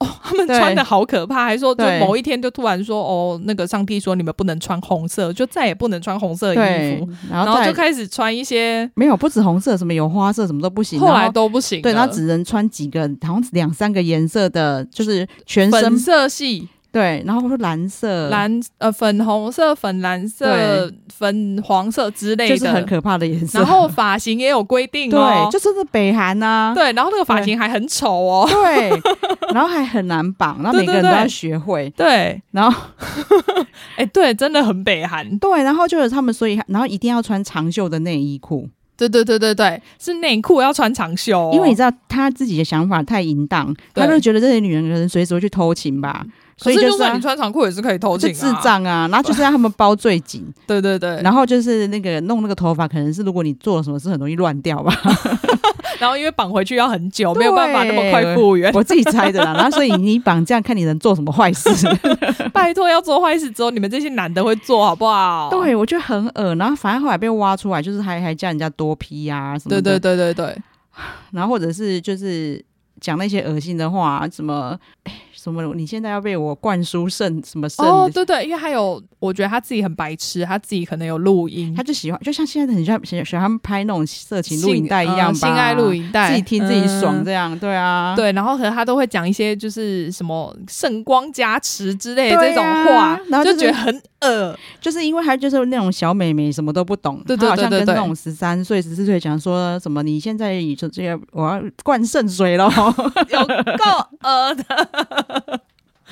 Speaker 2: 哦，他们
Speaker 1: 对
Speaker 2: 穿的好可怕，还说就
Speaker 1: 对
Speaker 2: 某一天就突然说哦，那个上帝说你们不能穿红色，就再也不能穿红色的衣
Speaker 1: 对
Speaker 2: 服，，
Speaker 1: 然
Speaker 2: 然
Speaker 1: 后
Speaker 2: 后
Speaker 1: 再
Speaker 2: 就开始穿一些，
Speaker 1: 没有不止红色，什么有花色什么都不行，
Speaker 2: 后
Speaker 1: 然
Speaker 2: 来都不行了，
Speaker 1: 对，然后只能穿几个，好像两三个颜色的，就是全
Speaker 2: 粉
Speaker 1: 身
Speaker 2: 色系，
Speaker 1: 对，然后是蓝色，
Speaker 2: 蓝呃粉红色、粉蓝色、粉黄色之类的，
Speaker 1: 就是很可怕的颜色。
Speaker 2: 然后哦发型也有规定哦
Speaker 1: 对，，就真的北韩啊呐、
Speaker 2: 对，然后那个发型还很丑
Speaker 1: <laughs>
Speaker 2: 哦，
Speaker 1: 对，然后还很难绑，然后
Speaker 2: 对
Speaker 1: 每个人都
Speaker 2: 对对
Speaker 1: 要学会。
Speaker 2: 对，
Speaker 1: 然后 <laughs>
Speaker 2: 哎、对，真的很北韩，
Speaker 1: 对，然后就是他们，所以然后一定要穿长袖的内衣裤，
Speaker 2: 对对对对对，是内裤要穿长袖哦、
Speaker 1: 因为你知道他自己的想法太淫荡，
Speaker 2: 对
Speaker 1: 他就觉得这些女人可能随时会去偷情吧，
Speaker 2: 可
Speaker 1: 所以
Speaker 2: 是就是算
Speaker 1: 啊
Speaker 2: 你穿长裤也是可以偷情、
Speaker 1: 就
Speaker 2: 啊，
Speaker 1: 智，障啊，
Speaker 2: <laughs>
Speaker 1: 然后就是让他们包最紧，
Speaker 2: 对对对，然
Speaker 1: 然后就是那个弄那个头发，可能是如果你做了什么事很容易乱掉吧，
Speaker 2: 后因为绑回去要很久，
Speaker 1: 对
Speaker 2: 没有办法那么快复原，
Speaker 1: <laughs> 我自己猜
Speaker 2: <laughs>
Speaker 1: 的啦。然后所以你绑架看你能做什么坏事，
Speaker 2: 拜托要做坏事之后，你们这些男的会做好不好？
Speaker 1: 对我觉得很恶。然后反正后来被挖出来，就是还还叫人家多批啊什么
Speaker 2: 对
Speaker 1: 的，
Speaker 2: 对对对对，
Speaker 1: 然后或者是就是讲那些恶心的话，什么哎什么你现在要被我灌输圣什么圣
Speaker 2: 哦，
Speaker 1: 的。
Speaker 2: 对对，因为他有，我觉得他自己很白痴，他自己可能有录音
Speaker 1: 他，就喜欢，就像现在很像喜喜欢拍那种色情录影
Speaker 2: 性
Speaker 1: 带一
Speaker 2: 呃
Speaker 1: 样吧，
Speaker 2: 性爱录影带，
Speaker 1: 自己听自己爽
Speaker 2: 嗯
Speaker 1: 这样，对啊，
Speaker 2: 对，然后和他都会讲一些就是什么圣光加持之类的
Speaker 1: 对
Speaker 2: 这种
Speaker 1: 啊
Speaker 2: 话，
Speaker 1: 然后
Speaker 2: 就
Speaker 1: 就是
Speaker 2: 觉得很恶。 <laughs>
Speaker 1: 就是因为他就是那种小美眉什么都不懂，
Speaker 2: 对
Speaker 1: 她
Speaker 2: 对
Speaker 1: 好像
Speaker 2: 对
Speaker 1: 跟
Speaker 2: 对对
Speaker 1: 那种十三岁、十四岁讲说什么你现在就这个我要灌圣水 <laughs> 喽，
Speaker 2: 有够恶的。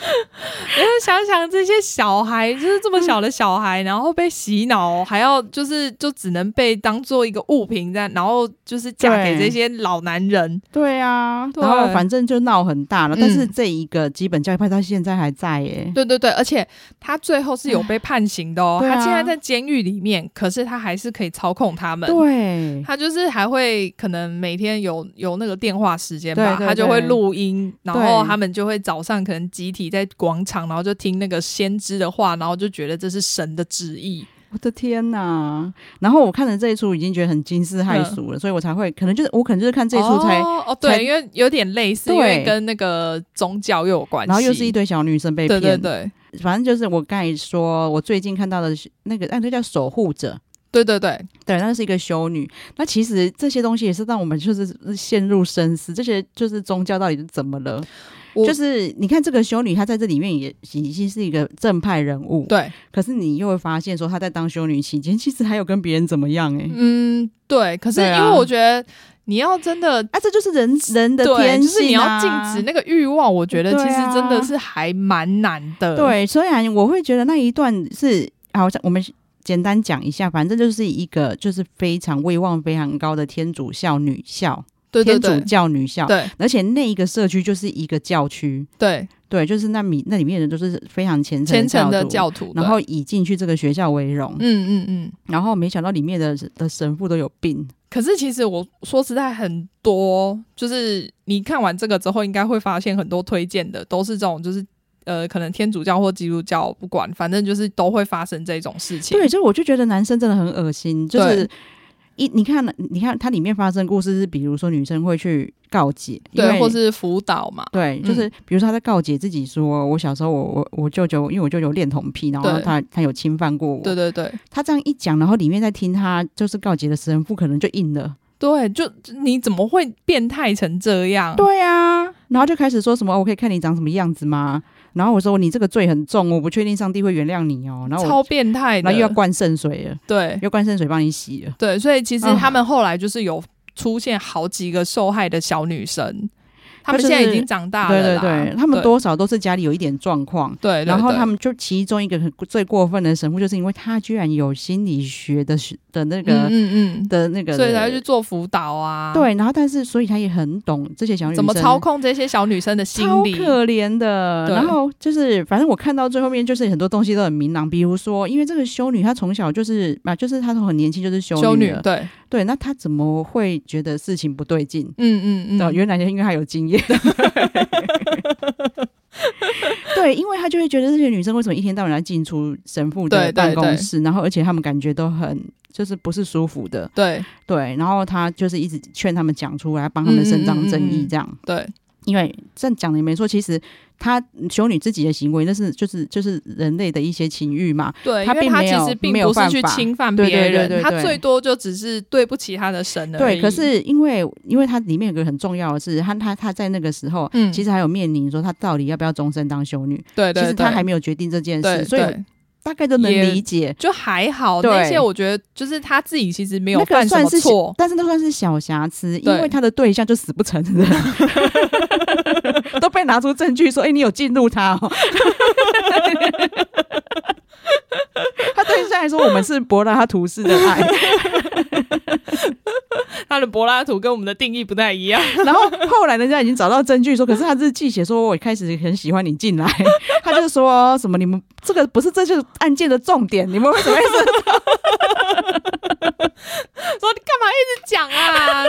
Speaker 2: 因为想想这些小孩，就是这么小的小孩，然后被洗脑，还要就是就只能被当做一个物品在，然后就是嫁给
Speaker 1: 对
Speaker 2: 这些老男人。
Speaker 1: 对啊，
Speaker 2: 对
Speaker 1: 然后反正就闹很大了。
Speaker 2: 嗯
Speaker 1: 但是这一个基本教育派他现在还在耶，
Speaker 2: 对对对，而且他最后是有被判刑的哦，
Speaker 1: 对啊
Speaker 2: 他现在在监狱里面，可是他还是可以操控他们。
Speaker 1: 对
Speaker 2: 他就是还会可能每天有有那个电话时间吧，
Speaker 1: 对对
Speaker 2: 他就会录音，然后
Speaker 1: 对
Speaker 2: 他们就会早上可能集体在广场，然后就听那个先知的话，然后就觉得这是神的旨意。
Speaker 1: 我的天哪！然后我看了这一出已经觉得很惊世骇俗了，所以我才会可能就是我可能就是看这一出才，
Speaker 2: 嗯哦哦
Speaker 1: 才
Speaker 2: 对，因为有点类似，
Speaker 1: 对
Speaker 2: 因为跟那个宗教又有关系，
Speaker 1: 然后又是一堆小女生被
Speaker 2: 对
Speaker 1: 骗，
Speaker 2: 对对
Speaker 1: 反正就是我刚才说我最近看到的是那个，哎，那叫守护者，
Speaker 2: 对对对，
Speaker 1: 对，那是一个修女。那其实这些东西也是让我们就是陷入深思，这些就是宗教到底是怎么了？
Speaker 2: 我
Speaker 1: 就是你看这个修女，她在这里面也已经是一个正派人物，
Speaker 2: 对，
Speaker 1: 可是你又会发现说，她在当修女期间，其实还有跟别人怎么样、欸？哎、
Speaker 2: 嗯对，可是因
Speaker 1: 对啊
Speaker 2: 为我觉得你要真的。
Speaker 1: 啊，这就是人人的
Speaker 2: 对，
Speaker 1: 天性、啊，
Speaker 2: 就是你要禁止那个欲望，我觉得其
Speaker 1: 对
Speaker 2: 实
Speaker 1: 啊
Speaker 2: 真的是还蛮难的。
Speaker 1: 对，虽然我会觉得那一段是好像我们简单讲一下，反正就是一个就是非常威望非常高的天主教女校，
Speaker 2: 对对
Speaker 1: 天
Speaker 2: 对
Speaker 1: 主教女校，
Speaker 2: 对
Speaker 1: 而且那一个社区就是一个教区，
Speaker 2: 对，
Speaker 1: 对，就是那里那里面的人都是非常虔诚
Speaker 2: 虔诚的
Speaker 1: 徒
Speaker 2: 教徒，
Speaker 1: 然
Speaker 2: 对
Speaker 1: 后以进去这个学校为荣，
Speaker 2: 嗯嗯嗯。
Speaker 1: 然后没想到里面的的神父都有病，
Speaker 2: 可是其实我说实在，很多就是你看完这个之后，应该会发现很多推荐的都是这种，就是呃，可能天主教或基督教，不管，反正就是都会发生这种事情。
Speaker 1: 对，所以我就觉得男生真的很恶心，就
Speaker 2: 对
Speaker 1: 是一你看你看它里面发生故事是，比如说女生会去告解，因
Speaker 2: 对，
Speaker 1: 为
Speaker 2: 或是嗯辅导嘛，
Speaker 1: 对，就是比如说他在告解自己说，我小时候我我我舅舅，因为我舅舅有恋童癖，然后
Speaker 2: 对
Speaker 1: 他他有侵犯过我。
Speaker 2: 对对对
Speaker 1: 他这样一讲，然后里面在听他就是告解的神父可能就硬了。
Speaker 2: 对，就就你怎么会变态成这样？
Speaker 1: 对啊，然后就开始说什么哦我可以看你长什么样子吗？然后我说你这个罪很重，我不确定上帝会原谅你哦。然后我
Speaker 2: 超变态的
Speaker 1: 然后又，要灌圣水了，
Speaker 2: 对
Speaker 1: 又灌圣水帮你洗了。
Speaker 2: 对，所以其实
Speaker 1: 啊
Speaker 2: 他们后来就是有出现好几个受害的小女生，他们
Speaker 1: 就
Speaker 2: 现在已
Speaker 1: 是
Speaker 2: 经长大
Speaker 1: 对
Speaker 2: 了
Speaker 1: 对
Speaker 2: 啦，
Speaker 1: 对，他们
Speaker 2: 对
Speaker 1: 多少都是家里有一点状况。
Speaker 2: 对，对
Speaker 1: 然后
Speaker 2: 对
Speaker 1: 他们就其中一个很最过分的神父，就是因为他居然有心理学的学的那个、
Speaker 2: 嗯嗯
Speaker 1: 的那个，
Speaker 2: 嗯，所以才会去做辅导啊，，
Speaker 1: 对，然后但是所以他也很懂这些小女生
Speaker 2: 怎么操控这些小女生的心
Speaker 1: 超
Speaker 2: 理？
Speaker 1: 可怜的。
Speaker 2: 对
Speaker 1: 然后就是反正我看到最后面就是很多东西都很明朗，比如说因为这个修女她从小就是啊，就是她从很年轻就是修
Speaker 2: 修女
Speaker 1: 了，
Speaker 2: 对，
Speaker 1: 对，那她怎么会觉得事情不对劲？
Speaker 2: 嗯嗯
Speaker 1: 对，
Speaker 2: 嗯，
Speaker 1: 原来因为她有经验， <laughs> 对，因为他就会觉得这些女生为什么一天到晚要进出神父
Speaker 2: 对
Speaker 1: 的
Speaker 2: 对
Speaker 1: 办公
Speaker 2: 对
Speaker 1: 室，然后而且他们感觉都很就是不是舒服的，
Speaker 2: 对
Speaker 1: 对，然后他就是一直劝他们讲出来，帮他们伸张正
Speaker 2: 嗯嗯嗯
Speaker 1: 义
Speaker 2: 嗯
Speaker 1: 这样。
Speaker 2: 对，
Speaker 1: 因为这样讲的也没错，其实她修女自己的行为，那是就是就是人类的一些情欲嘛，
Speaker 2: 对，因
Speaker 1: 他
Speaker 2: 为
Speaker 1: 并
Speaker 2: 他
Speaker 1: 没
Speaker 2: 其
Speaker 1: 有
Speaker 2: 实并
Speaker 1: 没有
Speaker 2: 不是
Speaker 1: 犯
Speaker 2: 去
Speaker 1: 法
Speaker 2: 侵犯
Speaker 1: 对
Speaker 2: 别
Speaker 1: 对对
Speaker 2: 人，
Speaker 1: 对
Speaker 2: 他
Speaker 1: 对
Speaker 2: 最多就只是对不起他的神而
Speaker 1: 对。
Speaker 2: 已
Speaker 1: 可是因为因为她里面有个很重要的是，她她她在那个时候，
Speaker 2: 嗯
Speaker 1: 其实还有面临说她到底要不要终身当修女，
Speaker 2: 对对
Speaker 1: 其
Speaker 2: 对，
Speaker 1: 实她还没有决定这件
Speaker 2: 对
Speaker 1: 事，所以
Speaker 2: 对
Speaker 1: 大概都能
Speaker 2: 也
Speaker 1: 理解。
Speaker 2: 就还好，那
Speaker 1: 对
Speaker 2: 些我觉得就是他自己其实没有
Speaker 1: 那
Speaker 2: 犯
Speaker 1: 个
Speaker 2: 什
Speaker 1: 算
Speaker 2: 么
Speaker 1: 是小
Speaker 2: 错，
Speaker 1: 但是那算是小瑕疵，因
Speaker 2: 对
Speaker 1: 为她的对象就死不承
Speaker 2: <laughs>
Speaker 1: 认，都被拿出证据说：“哎、你有进入他哦。” <laughs> 他对象还说：“我们是柏拉图式的
Speaker 2: <laughs>
Speaker 1: 爱。”
Speaker 2: 他的柏拉图跟我们的定义不太
Speaker 1: <laughs>
Speaker 2: 一样，
Speaker 1: 然后后来人家已经找到证据说，可是他日记写说我一开始很喜欢你进来，他就说什么你们这个不是这就是案件的重点，你们为什么是
Speaker 2: 说你干嘛一直讲啊？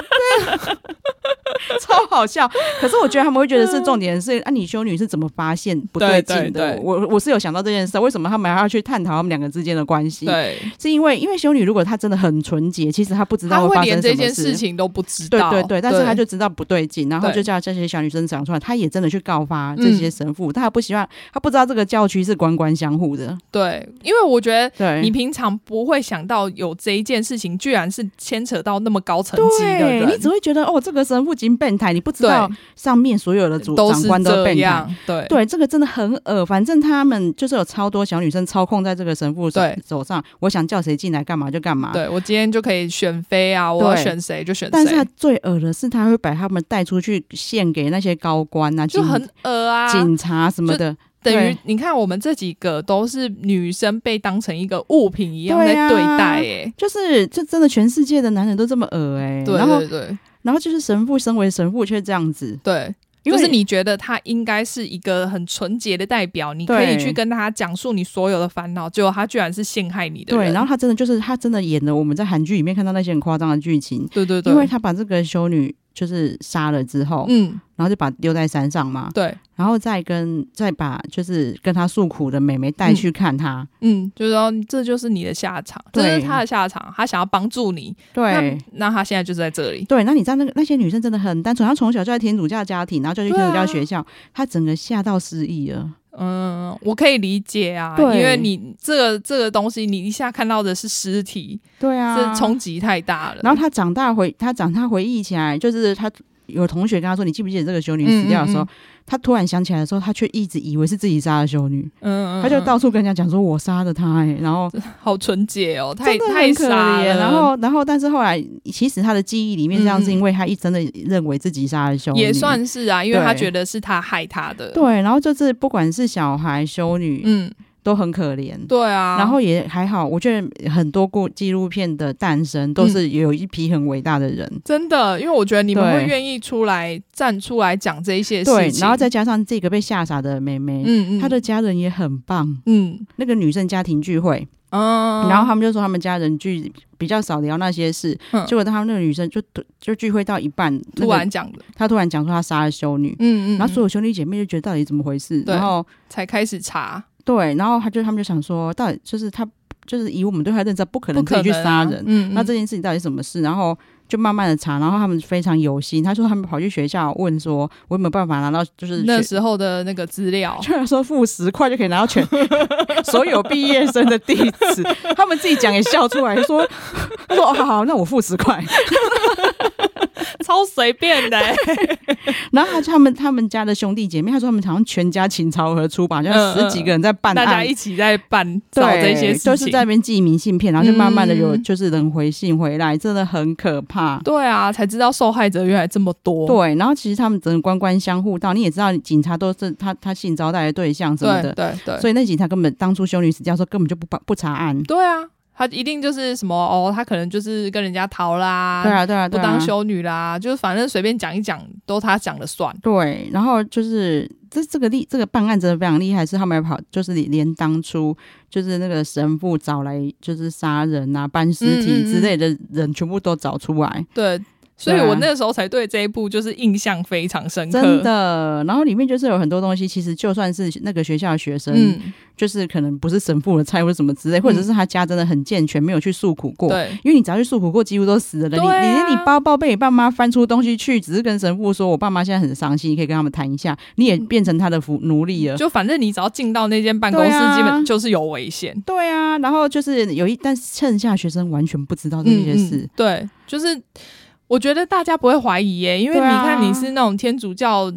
Speaker 1: <laughs> 超好笑？可是我觉得他们会觉得是重点是，啊，你修女是怎么发现不
Speaker 2: 对
Speaker 1: 劲的？
Speaker 2: 对对
Speaker 1: 我我是有想到这件事，为什么他们还要去探讨他们两个之间的关系？
Speaker 2: 对，
Speaker 1: 是因为因为修女如果她真的很纯洁，其实她不知
Speaker 2: 他
Speaker 1: 道
Speaker 2: 会
Speaker 1: 发
Speaker 2: 连
Speaker 1: 生
Speaker 2: 这
Speaker 1: 什么
Speaker 2: 件事。情都不知
Speaker 1: 对
Speaker 2: 道，
Speaker 1: 对对，但是他就知道不对劲，然后
Speaker 2: 对
Speaker 1: 就叫这些小女生讲出来，她也真的去告发这些神父，但她不希望，她不知道这个教区是官官相护的，
Speaker 2: 对，因为我觉得。
Speaker 1: 对，
Speaker 2: 你平常不会想到有这一件事情，居然是牵扯到那么高层级的
Speaker 1: 对，
Speaker 2: 人，
Speaker 1: 你只会觉得哦，这个神父已经变态，你不知
Speaker 2: 对
Speaker 1: 道上面所有的主
Speaker 2: 都
Speaker 1: 长
Speaker 2: 是
Speaker 1: 官都
Speaker 2: 这
Speaker 1: 变态。
Speaker 2: 样，对
Speaker 1: 对，这个真的很恶。反正他们就是有超多小女生操控在这个神父手
Speaker 2: 对
Speaker 1: 手上，我想叫谁进来干嘛就干嘛。
Speaker 2: 对，我今天就可以选妃啊，我要
Speaker 1: 啊对
Speaker 2: 选谁就选
Speaker 1: 但是他
Speaker 2: 谁，
Speaker 1: 最恶的是，他会把他们带出去献给那些高官啊、
Speaker 2: 就
Speaker 1: 警
Speaker 2: 很恶啊，
Speaker 1: 警察什么的。
Speaker 2: 等于
Speaker 1: 对
Speaker 2: 你看，我们这几个都是女生被当成一个物品一样在
Speaker 1: 对啊
Speaker 2: 对待、欸，
Speaker 1: 就是，这真的全世界的男人都这么恶哎、
Speaker 2: 对
Speaker 1: 然后
Speaker 2: 对，对
Speaker 1: 然后就是神父，身为神父却这样子，
Speaker 2: 对，
Speaker 1: 因
Speaker 2: 就
Speaker 1: 为
Speaker 2: 是你觉得他应该是一个很纯洁的代表，你可
Speaker 1: 对
Speaker 2: 以去跟他讲述你所有的烦恼，结果他居然是陷害你的人，
Speaker 1: 对，然后他真的就是他真的演了我们在韩剧里面看到那些很夸张的剧情，
Speaker 2: 对对对，
Speaker 1: 因为他把这个修女就是杀了之后，
Speaker 2: 嗯，
Speaker 1: 然后就把她丢在山上嘛，
Speaker 2: 对，
Speaker 1: 然后再跟再把就是跟她诉苦的妹妹带去看她，
Speaker 2: 嗯，就是说这就是你的下场，这
Speaker 1: 对
Speaker 2: 是他的下场，他想要帮助你，那
Speaker 1: 对。
Speaker 2: 那他现在就是在这里，
Speaker 1: 对，那你知道那个那些女生真的很单纯，她从小就在天主教家庭，然后就去天主
Speaker 2: 对啊
Speaker 1: 教学校，她整个吓到失忆了。
Speaker 2: 嗯，我可以理解啊，
Speaker 1: 对
Speaker 2: 因为你这个这个东西，你一下看到的是尸体，
Speaker 1: 对
Speaker 2: 这
Speaker 1: 啊，
Speaker 2: 冲击太大了，
Speaker 1: 然后她长大回她长大回忆起来，就是她有同学跟她说，你记不记得这个修女死掉的时候，
Speaker 2: 嗯嗯
Speaker 1: 她突然想起来的时候，她却一直以为是自己杀的修女，
Speaker 2: 嗯，嗯
Speaker 1: 她就
Speaker 2: 嗯
Speaker 1: 到处跟人家讲说我杀的她、欸，然后
Speaker 2: 好纯洁哦，太
Speaker 1: 真的
Speaker 2: 太
Speaker 1: 很可
Speaker 2: 傻
Speaker 1: 怜。
Speaker 2: 了。
Speaker 1: 然后，然后，但是后来，其实他的记忆里面这样，
Speaker 2: 嗯
Speaker 1: 是因为他一真的认为自己杀了修女，
Speaker 2: 也算是啊，因为他
Speaker 1: 对
Speaker 2: 觉得是他害他的。，
Speaker 1: 对。然后就是不管是小孩、修女，
Speaker 2: 嗯，
Speaker 1: 都很可怜。
Speaker 2: 对啊。
Speaker 1: 然后也还好，我觉得很多故纪录片的诞生
Speaker 2: 嗯
Speaker 1: 都是有一批很伟大的人，
Speaker 2: 真的，因为我觉得你们
Speaker 1: 对
Speaker 2: 会愿意出来站出来讲这一些
Speaker 1: 对
Speaker 2: 事，情，
Speaker 1: 然后再加上这个被吓傻的妹妹，
Speaker 2: 嗯嗯，
Speaker 1: 她的家人也很棒。
Speaker 2: 嗯
Speaker 1: 那个女生家庭聚会，
Speaker 2: 嗯，
Speaker 1: 然后他们就说他们家人聚比较少聊那些事，
Speaker 2: 嗯
Speaker 1: 结果他们那个女生就就聚会到一半，那
Speaker 2: 突
Speaker 1: 个
Speaker 2: 然讲的，
Speaker 1: 她突然讲说她杀了修女，
Speaker 2: 嗯嗯，
Speaker 1: 然后所
Speaker 2: 嗯
Speaker 1: 有兄弟姐妹就觉得到底怎么回事，
Speaker 2: 对
Speaker 1: 然后
Speaker 2: 才开始查，
Speaker 1: 对，然后他就他们就想说，到底就是他就是以我们对他的认知，不可
Speaker 2: 不
Speaker 1: 能
Speaker 2: 可
Speaker 1: 自己
Speaker 2: 能
Speaker 1: 去
Speaker 2: 啊
Speaker 1: 杀人。
Speaker 2: 嗯，嗯
Speaker 1: 那这件事情到底什么事？然后就慢慢的查，然后他们非常有心。他说他们跑去学校问说，我有没有办法拿到就是
Speaker 2: 那
Speaker 1: 学 <laughs>
Speaker 2: 时候的那个资料，
Speaker 1: 居然说付十块就可以拿到全 <laughs> 所有毕业生的地址， <laughs> 他们自己讲也笑出来，说 <laughs> 他说哦好好，那我付十块。
Speaker 2: 超随便的欸， <laughs>
Speaker 1: 然后他他们他们家的兄弟姐妹，他说他们好像全家倾巢而出吧，好
Speaker 2: 嗯
Speaker 1: 像十几
Speaker 2: 嗯
Speaker 1: 个人在办
Speaker 2: 大
Speaker 1: 案，
Speaker 2: 家一起在办找
Speaker 1: 对，
Speaker 2: 这些事情，
Speaker 1: 都是在那边寄明信片，然后就慢慢的有
Speaker 2: 嗯
Speaker 1: 就是人回信回来，真的很可怕。
Speaker 2: 对啊，才知道受害者原来这么多，
Speaker 1: 对，然后其实他们整个官官相护到，你也知道，警察都是他他性招待的对象什么
Speaker 2: 对
Speaker 1: 的，
Speaker 2: 对对，
Speaker 1: 所以那警察根本当初修女死掉的时候根本就不帮不查案。
Speaker 2: 对啊，他一定就是什么哦，他可能就是跟人家逃啦，
Speaker 1: 对啊，对啊，
Speaker 2: 不
Speaker 1: 对啊
Speaker 2: 当。修女啦，就是反正随便讲一讲都他讲了算。
Speaker 1: 对，然后就是这这个厉这个办案真的非常厉害，是他们还跑，就是连连当初就是那个神父找来就是杀人啊、搬尸
Speaker 2: 嗯嗯
Speaker 1: 体
Speaker 2: 嗯
Speaker 1: 之类的人，全部都找出来。
Speaker 2: 对，所以
Speaker 1: 对啊
Speaker 2: 我那时候才对这一部就是印象非常深刻。
Speaker 1: 真的。然后里面就是有很多东西，其实就算是那个学校的学生，
Speaker 2: 嗯，
Speaker 1: 就是可能不是神父的菜或者什么之类，或者是他家真的很健全，没有去诉苦过。
Speaker 2: 对，
Speaker 1: 因为你只要去诉苦过，几乎都死了的。你
Speaker 2: 对啊
Speaker 1: 你连你包包被你爸妈翻出东西去，只是跟神父说，我爸妈现在很伤心，你可以跟他们谈一下。你
Speaker 2: 嗯
Speaker 1: 也变成他的服奴隶了。
Speaker 2: 就反正你只要进到那间办公室
Speaker 1: 对，啊
Speaker 2: 基本就是有危险。
Speaker 1: 对啊，然后就是有一，但是剩下的学生完全不知道这
Speaker 2: 嗯
Speaker 1: 些事。
Speaker 2: 嗯，对，就是我觉得大家不会怀疑耶，因为你
Speaker 1: 对啊
Speaker 2: 看你是那种天主教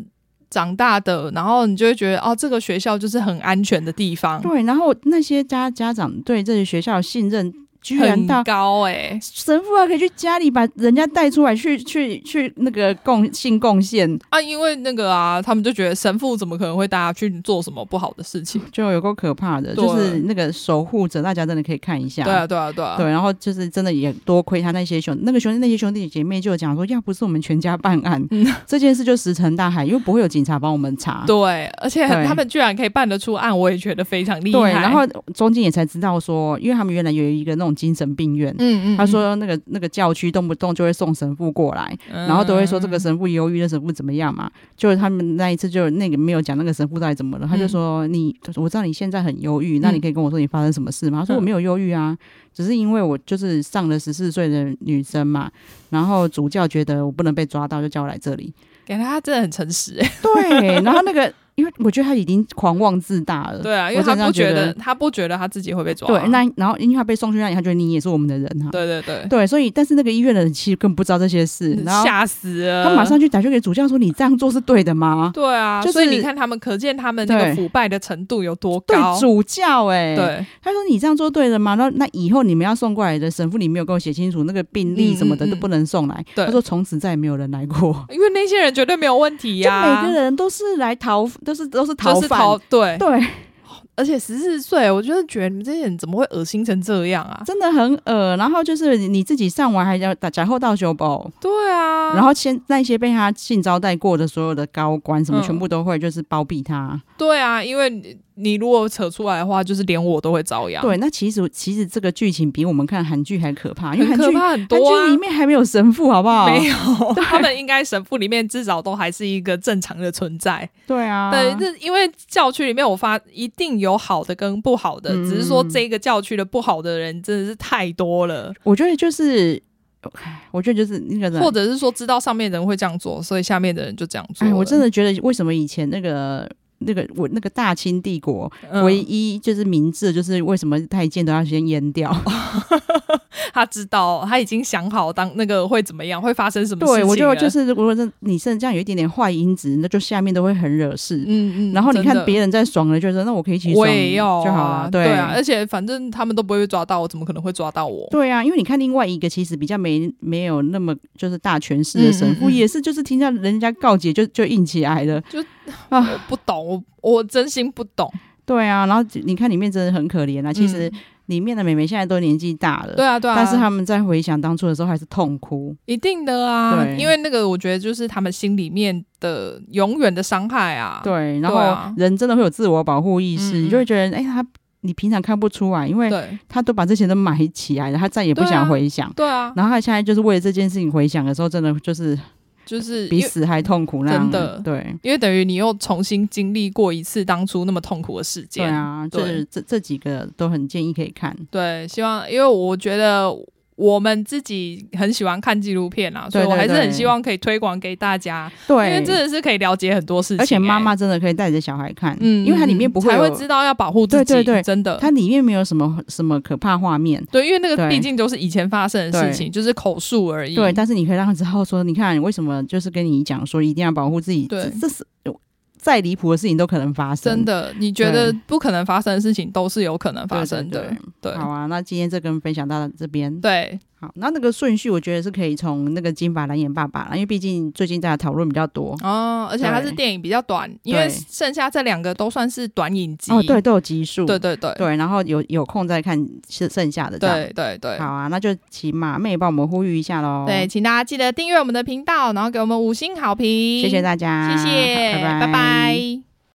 Speaker 2: 长大的，然后你就会觉得哦，这个学校就是很安全的地方，
Speaker 1: 对，然后那些家家长对这些学校的信任居然到
Speaker 2: 很高哎、
Speaker 1: 神父还可以去家里把人家带出来去去去那个贡性贡献，
Speaker 2: 啊，因为那个啊，他们就觉得神父怎么可能会带他去做什么不好的事情？
Speaker 1: 就有够可怕的。
Speaker 2: 对
Speaker 1: 就是那个守护者，大家真的可以看一下。
Speaker 2: 对啊，对啊，对啊，
Speaker 1: 对，然后就是真的也多亏他那些兄那个兄弟那些兄弟姐妹就有讲说，要不是我们全家办案，
Speaker 2: 嗯
Speaker 1: 这件事就石沉大海，因为不会有警察帮我们查。
Speaker 2: 对，而且
Speaker 1: 对
Speaker 2: 他们居然可以办得出案，我也觉得非常厉害。
Speaker 1: 对，然后中间也才知道说，因为他们原来有一个那种精神病院，
Speaker 2: 嗯嗯，
Speaker 1: 他说那个那个教区动不动就会送神父过来，
Speaker 2: 嗯，
Speaker 1: 然后都会说这个
Speaker 2: 是
Speaker 1: 神父忧郁，那神父怎么样嘛？就是他们那一次就那个没有讲那个神父到底怎么了，他
Speaker 2: 嗯
Speaker 1: 就说你我知道你现在很忧郁，那你可以跟我说你发生什么事吗？他
Speaker 2: 嗯
Speaker 1: 说我没有忧郁啊，只是因为我就是上了十四岁的女生嘛，然后主教觉得我不能被抓到，就叫我来这里。
Speaker 2: 感觉他真的很诚
Speaker 1: <laughs>
Speaker 2: 实哎、
Speaker 1: 对，然后那个因为我觉得他已经狂妄自大了，
Speaker 2: 对啊，因为
Speaker 1: 我
Speaker 2: 他
Speaker 1: 真的
Speaker 2: 不觉
Speaker 1: 觉
Speaker 2: 得
Speaker 1: 得
Speaker 2: 他不觉得他自己会被抓。
Speaker 1: 对，那然后因为他被送去那里，他觉得你也是我们的人哈、
Speaker 2: 啊
Speaker 1: 啊
Speaker 2: 对对对，
Speaker 1: 对，所以但是那个医院的人其实根本不知道这些事，然后
Speaker 2: 嗯吓死了，
Speaker 1: 他马上去打去给主教说你这样做是对的吗？
Speaker 2: 对啊，
Speaker 1: 就是
Speaker 2: 所以你看他们，可见他们那个
Speaker 1: 对
Speaker 2: 腐败的程度有多
Speaker 1: 对
Speaker 2: 高。
Speaker 1: 主教哎、
Speaker 2: 对，
Speaker 1: 他说你这样做对了吗？那那以后你们要送过来的神父，你没有跟我写清楚那个病历什么的
Speaker 2: 嗯嗯嗯
Speaker 1: 都不能送来。
Speaker 2: 对
Speaker 1: 他说从此再也没有人来过，
Speaker 2: 因为那些人绝对没有问题
Speaker 1: 就
Speaker 2: <laughs> 呀、
Speaker 1: 每个人都是来逃，都是都是逃
Speaker 2: 就是
Speaker 1: 犯。
Speaker 2: 逃对，
Speaker 1: 对，
Speaker 2: 而且十四岁，我就是觉得你们这些人怎么会恶心成这样啊？
Speaker 1: 真的很恶。然后就是你自己上完还要打假后到修保，
Speaker 2: 对啊，
Speaker 1: 然后先那些被他性招待过的所有的高官什么，
Speaker 2: 嗯
Speaker 1: 全部都会就是包庇他。
Speaker 2: 对啊，因为你你如果扯出来的话，就是连我都会遭殃，，
Speaker 1: 对，那其实其实这个剧情比我们看韩剧还可啊怕，因为
Speaker 2: 很
Speaker 1: 韩
Speaker 2: 可
Speaker 1: 剧
Speaker 2: 怕很
Speaker 1: 韩
Speaker 2: 多啊
Speaker 1: 剧里。面还没有神父，好不好？
Speaker 2: <laughs> 没有，他们应该神父里面至少都还是一个正常的存在。
Speaker 1: 对啊，
Speaker 2: 对，这因为教区里面我发一定有好的跟不好的，
Speaker 1: 嗯
Speaker 2: 只是说这个教区的不好的人真的是太多了，
Speaker 1: 我觉得就是，唉我觉得就是那个人
Speaker 2: 或，者是说知道上面的人会这样做，所以下面的人就这样做
Speaker 1: 哎，
Speaker 2: 了。
Speaker 1: 我真的觉得为什么以前那个。那个我那个大清帝国、
Speaker 2: 嗯
Speaker 1: 唯一就是明智，就是为什么太监都要先阉掉？
Speaker 2: 哦
Speaker 1: <laughs>
Speaker 2: 他知道他已经想好当那个会怎么样，会发生什么事情
Speaker 1: 对，
Speaker 2: 了。
Speaker 1: 我觉得就是如果是你身上有一点点坏因子，那就下面都会很惹事。
Speaker 2: 嗯嗯，
Speaker 1: 然后你
Speaker 2: 真
Speaker 1: 看
Speaker 2: 的
Speaker 1: 别人在爽了，就说那我可以一起爽，
Speaker 2: 我也要啊
Speaker 1: 就好了。对
Speaker 2: 对啊，而且反正他们都不会抓到我，怎么可能会抓到我？
Speaker 1: 对啊，因为你看另外一个其实比较没没有那么就是大权势的神父，
Speaker 2: 嗯嗯嗯
Speaker 1: 也是就是听到人家告解就就硬起来了。
Speaker 2: 我不懂，我我真心不懂。
Speaker 1: 对啊，然后你看里面真的很可怜啊，其实。
Speaker 2: 嗯
Speaker 1: 里面的妹妹现在都年纪大了，
Speaker 2: 对啊对啊，
Speaker 1: 但是他们在回想当初的时候还是痛哭。
Speaker 2: 一定的啊，
Speaker 1: 对
Speaker 2: 因为那个我觉得就是他们心里面的永远的伤害啊。
Speaker 1: 对，然
Speaker 2: 对啊
Speaker 1: 后人真的会有自我保护意识，
Speaker 2: 嗯嗯
Speaker 1: 你就会觉得，哎、他你平常看不出来，因为
Speaker 2: 对
Speaker 1: 他都把这些都埋起来了，他再也不
Speaker 2: 对啊
Speaker 1: 想回想。
Speaker 2: 对啊，
Speaker 1: 然后他现在就是为了这件事情回想的时候，真的就是
Speaker 2: 就是
Speaker 1: 比
Speaker 2: 因为
Speaker 1: 死还痛苦那样。
Speaker 2: 真的
Speaker 1: 对，
Speaker 2: 因为等于你又重新经历过一次当初那么痛苦的事
Speaker 1: 对
Speaker 2: 件。
Speaker 1: 啊，
Speaker 2: 对
Speaker 1: 这这这几个都很建议可以看。
Speaker 2: 对，希望因为我觉得。我们自己很喜欢看纪录片啊，所以
Speaker 1: 对
Speaker 2: 我
Speaker 1: 对
Speaker 2: 还是很
Speaker 1: 对
Speaker 2: 希望可以推广给大家，
Speaker 1: 对，
Speaker 2: 因为真的是可以了解很多事情、
Speaker 1: 而且妈
Speaker 2: 欸
Speaker 1: 妈真的可以带着小孩看，
Speaker 2: 嗯，
Speaker 1: 因为它里面不会
Speaker 2: 才
Speaker 1: 有
Speaker 2: 会知道要保护自己，
Speaker 1: 对对对
Speaker 2: 真的。
Speaker 1: 它里面没有什么什么可怕画面。
Speaker 2: 对，因为那个
Speaker 1: 对
Speaker 2: 毕竟都是以前发生的事情，就是口述而已。
Speaker 1: 对，但是你可以让他知道说，你看为什么就是跟你讲说一定要保护自己，
Speaker 2: 对
Speaker 1: 这这是再离谱的事情都可能发生，
Speaker 2: 真的，你觉得不可能发生的事情都是有可能
Speaker 1: 对
Speaker 2: 发生的
Speaker 1: 对。
Speaker 2: 对
Speaker 1: 对好啊，那今天这跟分享到这边。
Speaker 2: 对
Speaker 1: 好，那那个顺序我觉得是可以从那个金发蓝眼爸爸啦，因为毕竟最近大家讨论比较多。
Speaker 2: 哦，而且它是
Speaker 1: 对
Speaker 2: 电影比较短，因为剩下这两个都算是短影集。
Speaker 1: 哦，对，都有集数。
Speaker 2: 对对对
Speaker 1: 对，然后有有空再看剩剩下的这样。
Speaker 2: 对对对
Speaker 1: 好啊，那就请马妹帮我们呼吁一下喽。
Speaker 2: 对，，请大家记得订阅我们的频道，然后给我们五星好评，
Speaker 1: 谢谢大家，
Speaker 2: 谢谢，
Speaker 1: 好拜
Speaker 2: 拜拜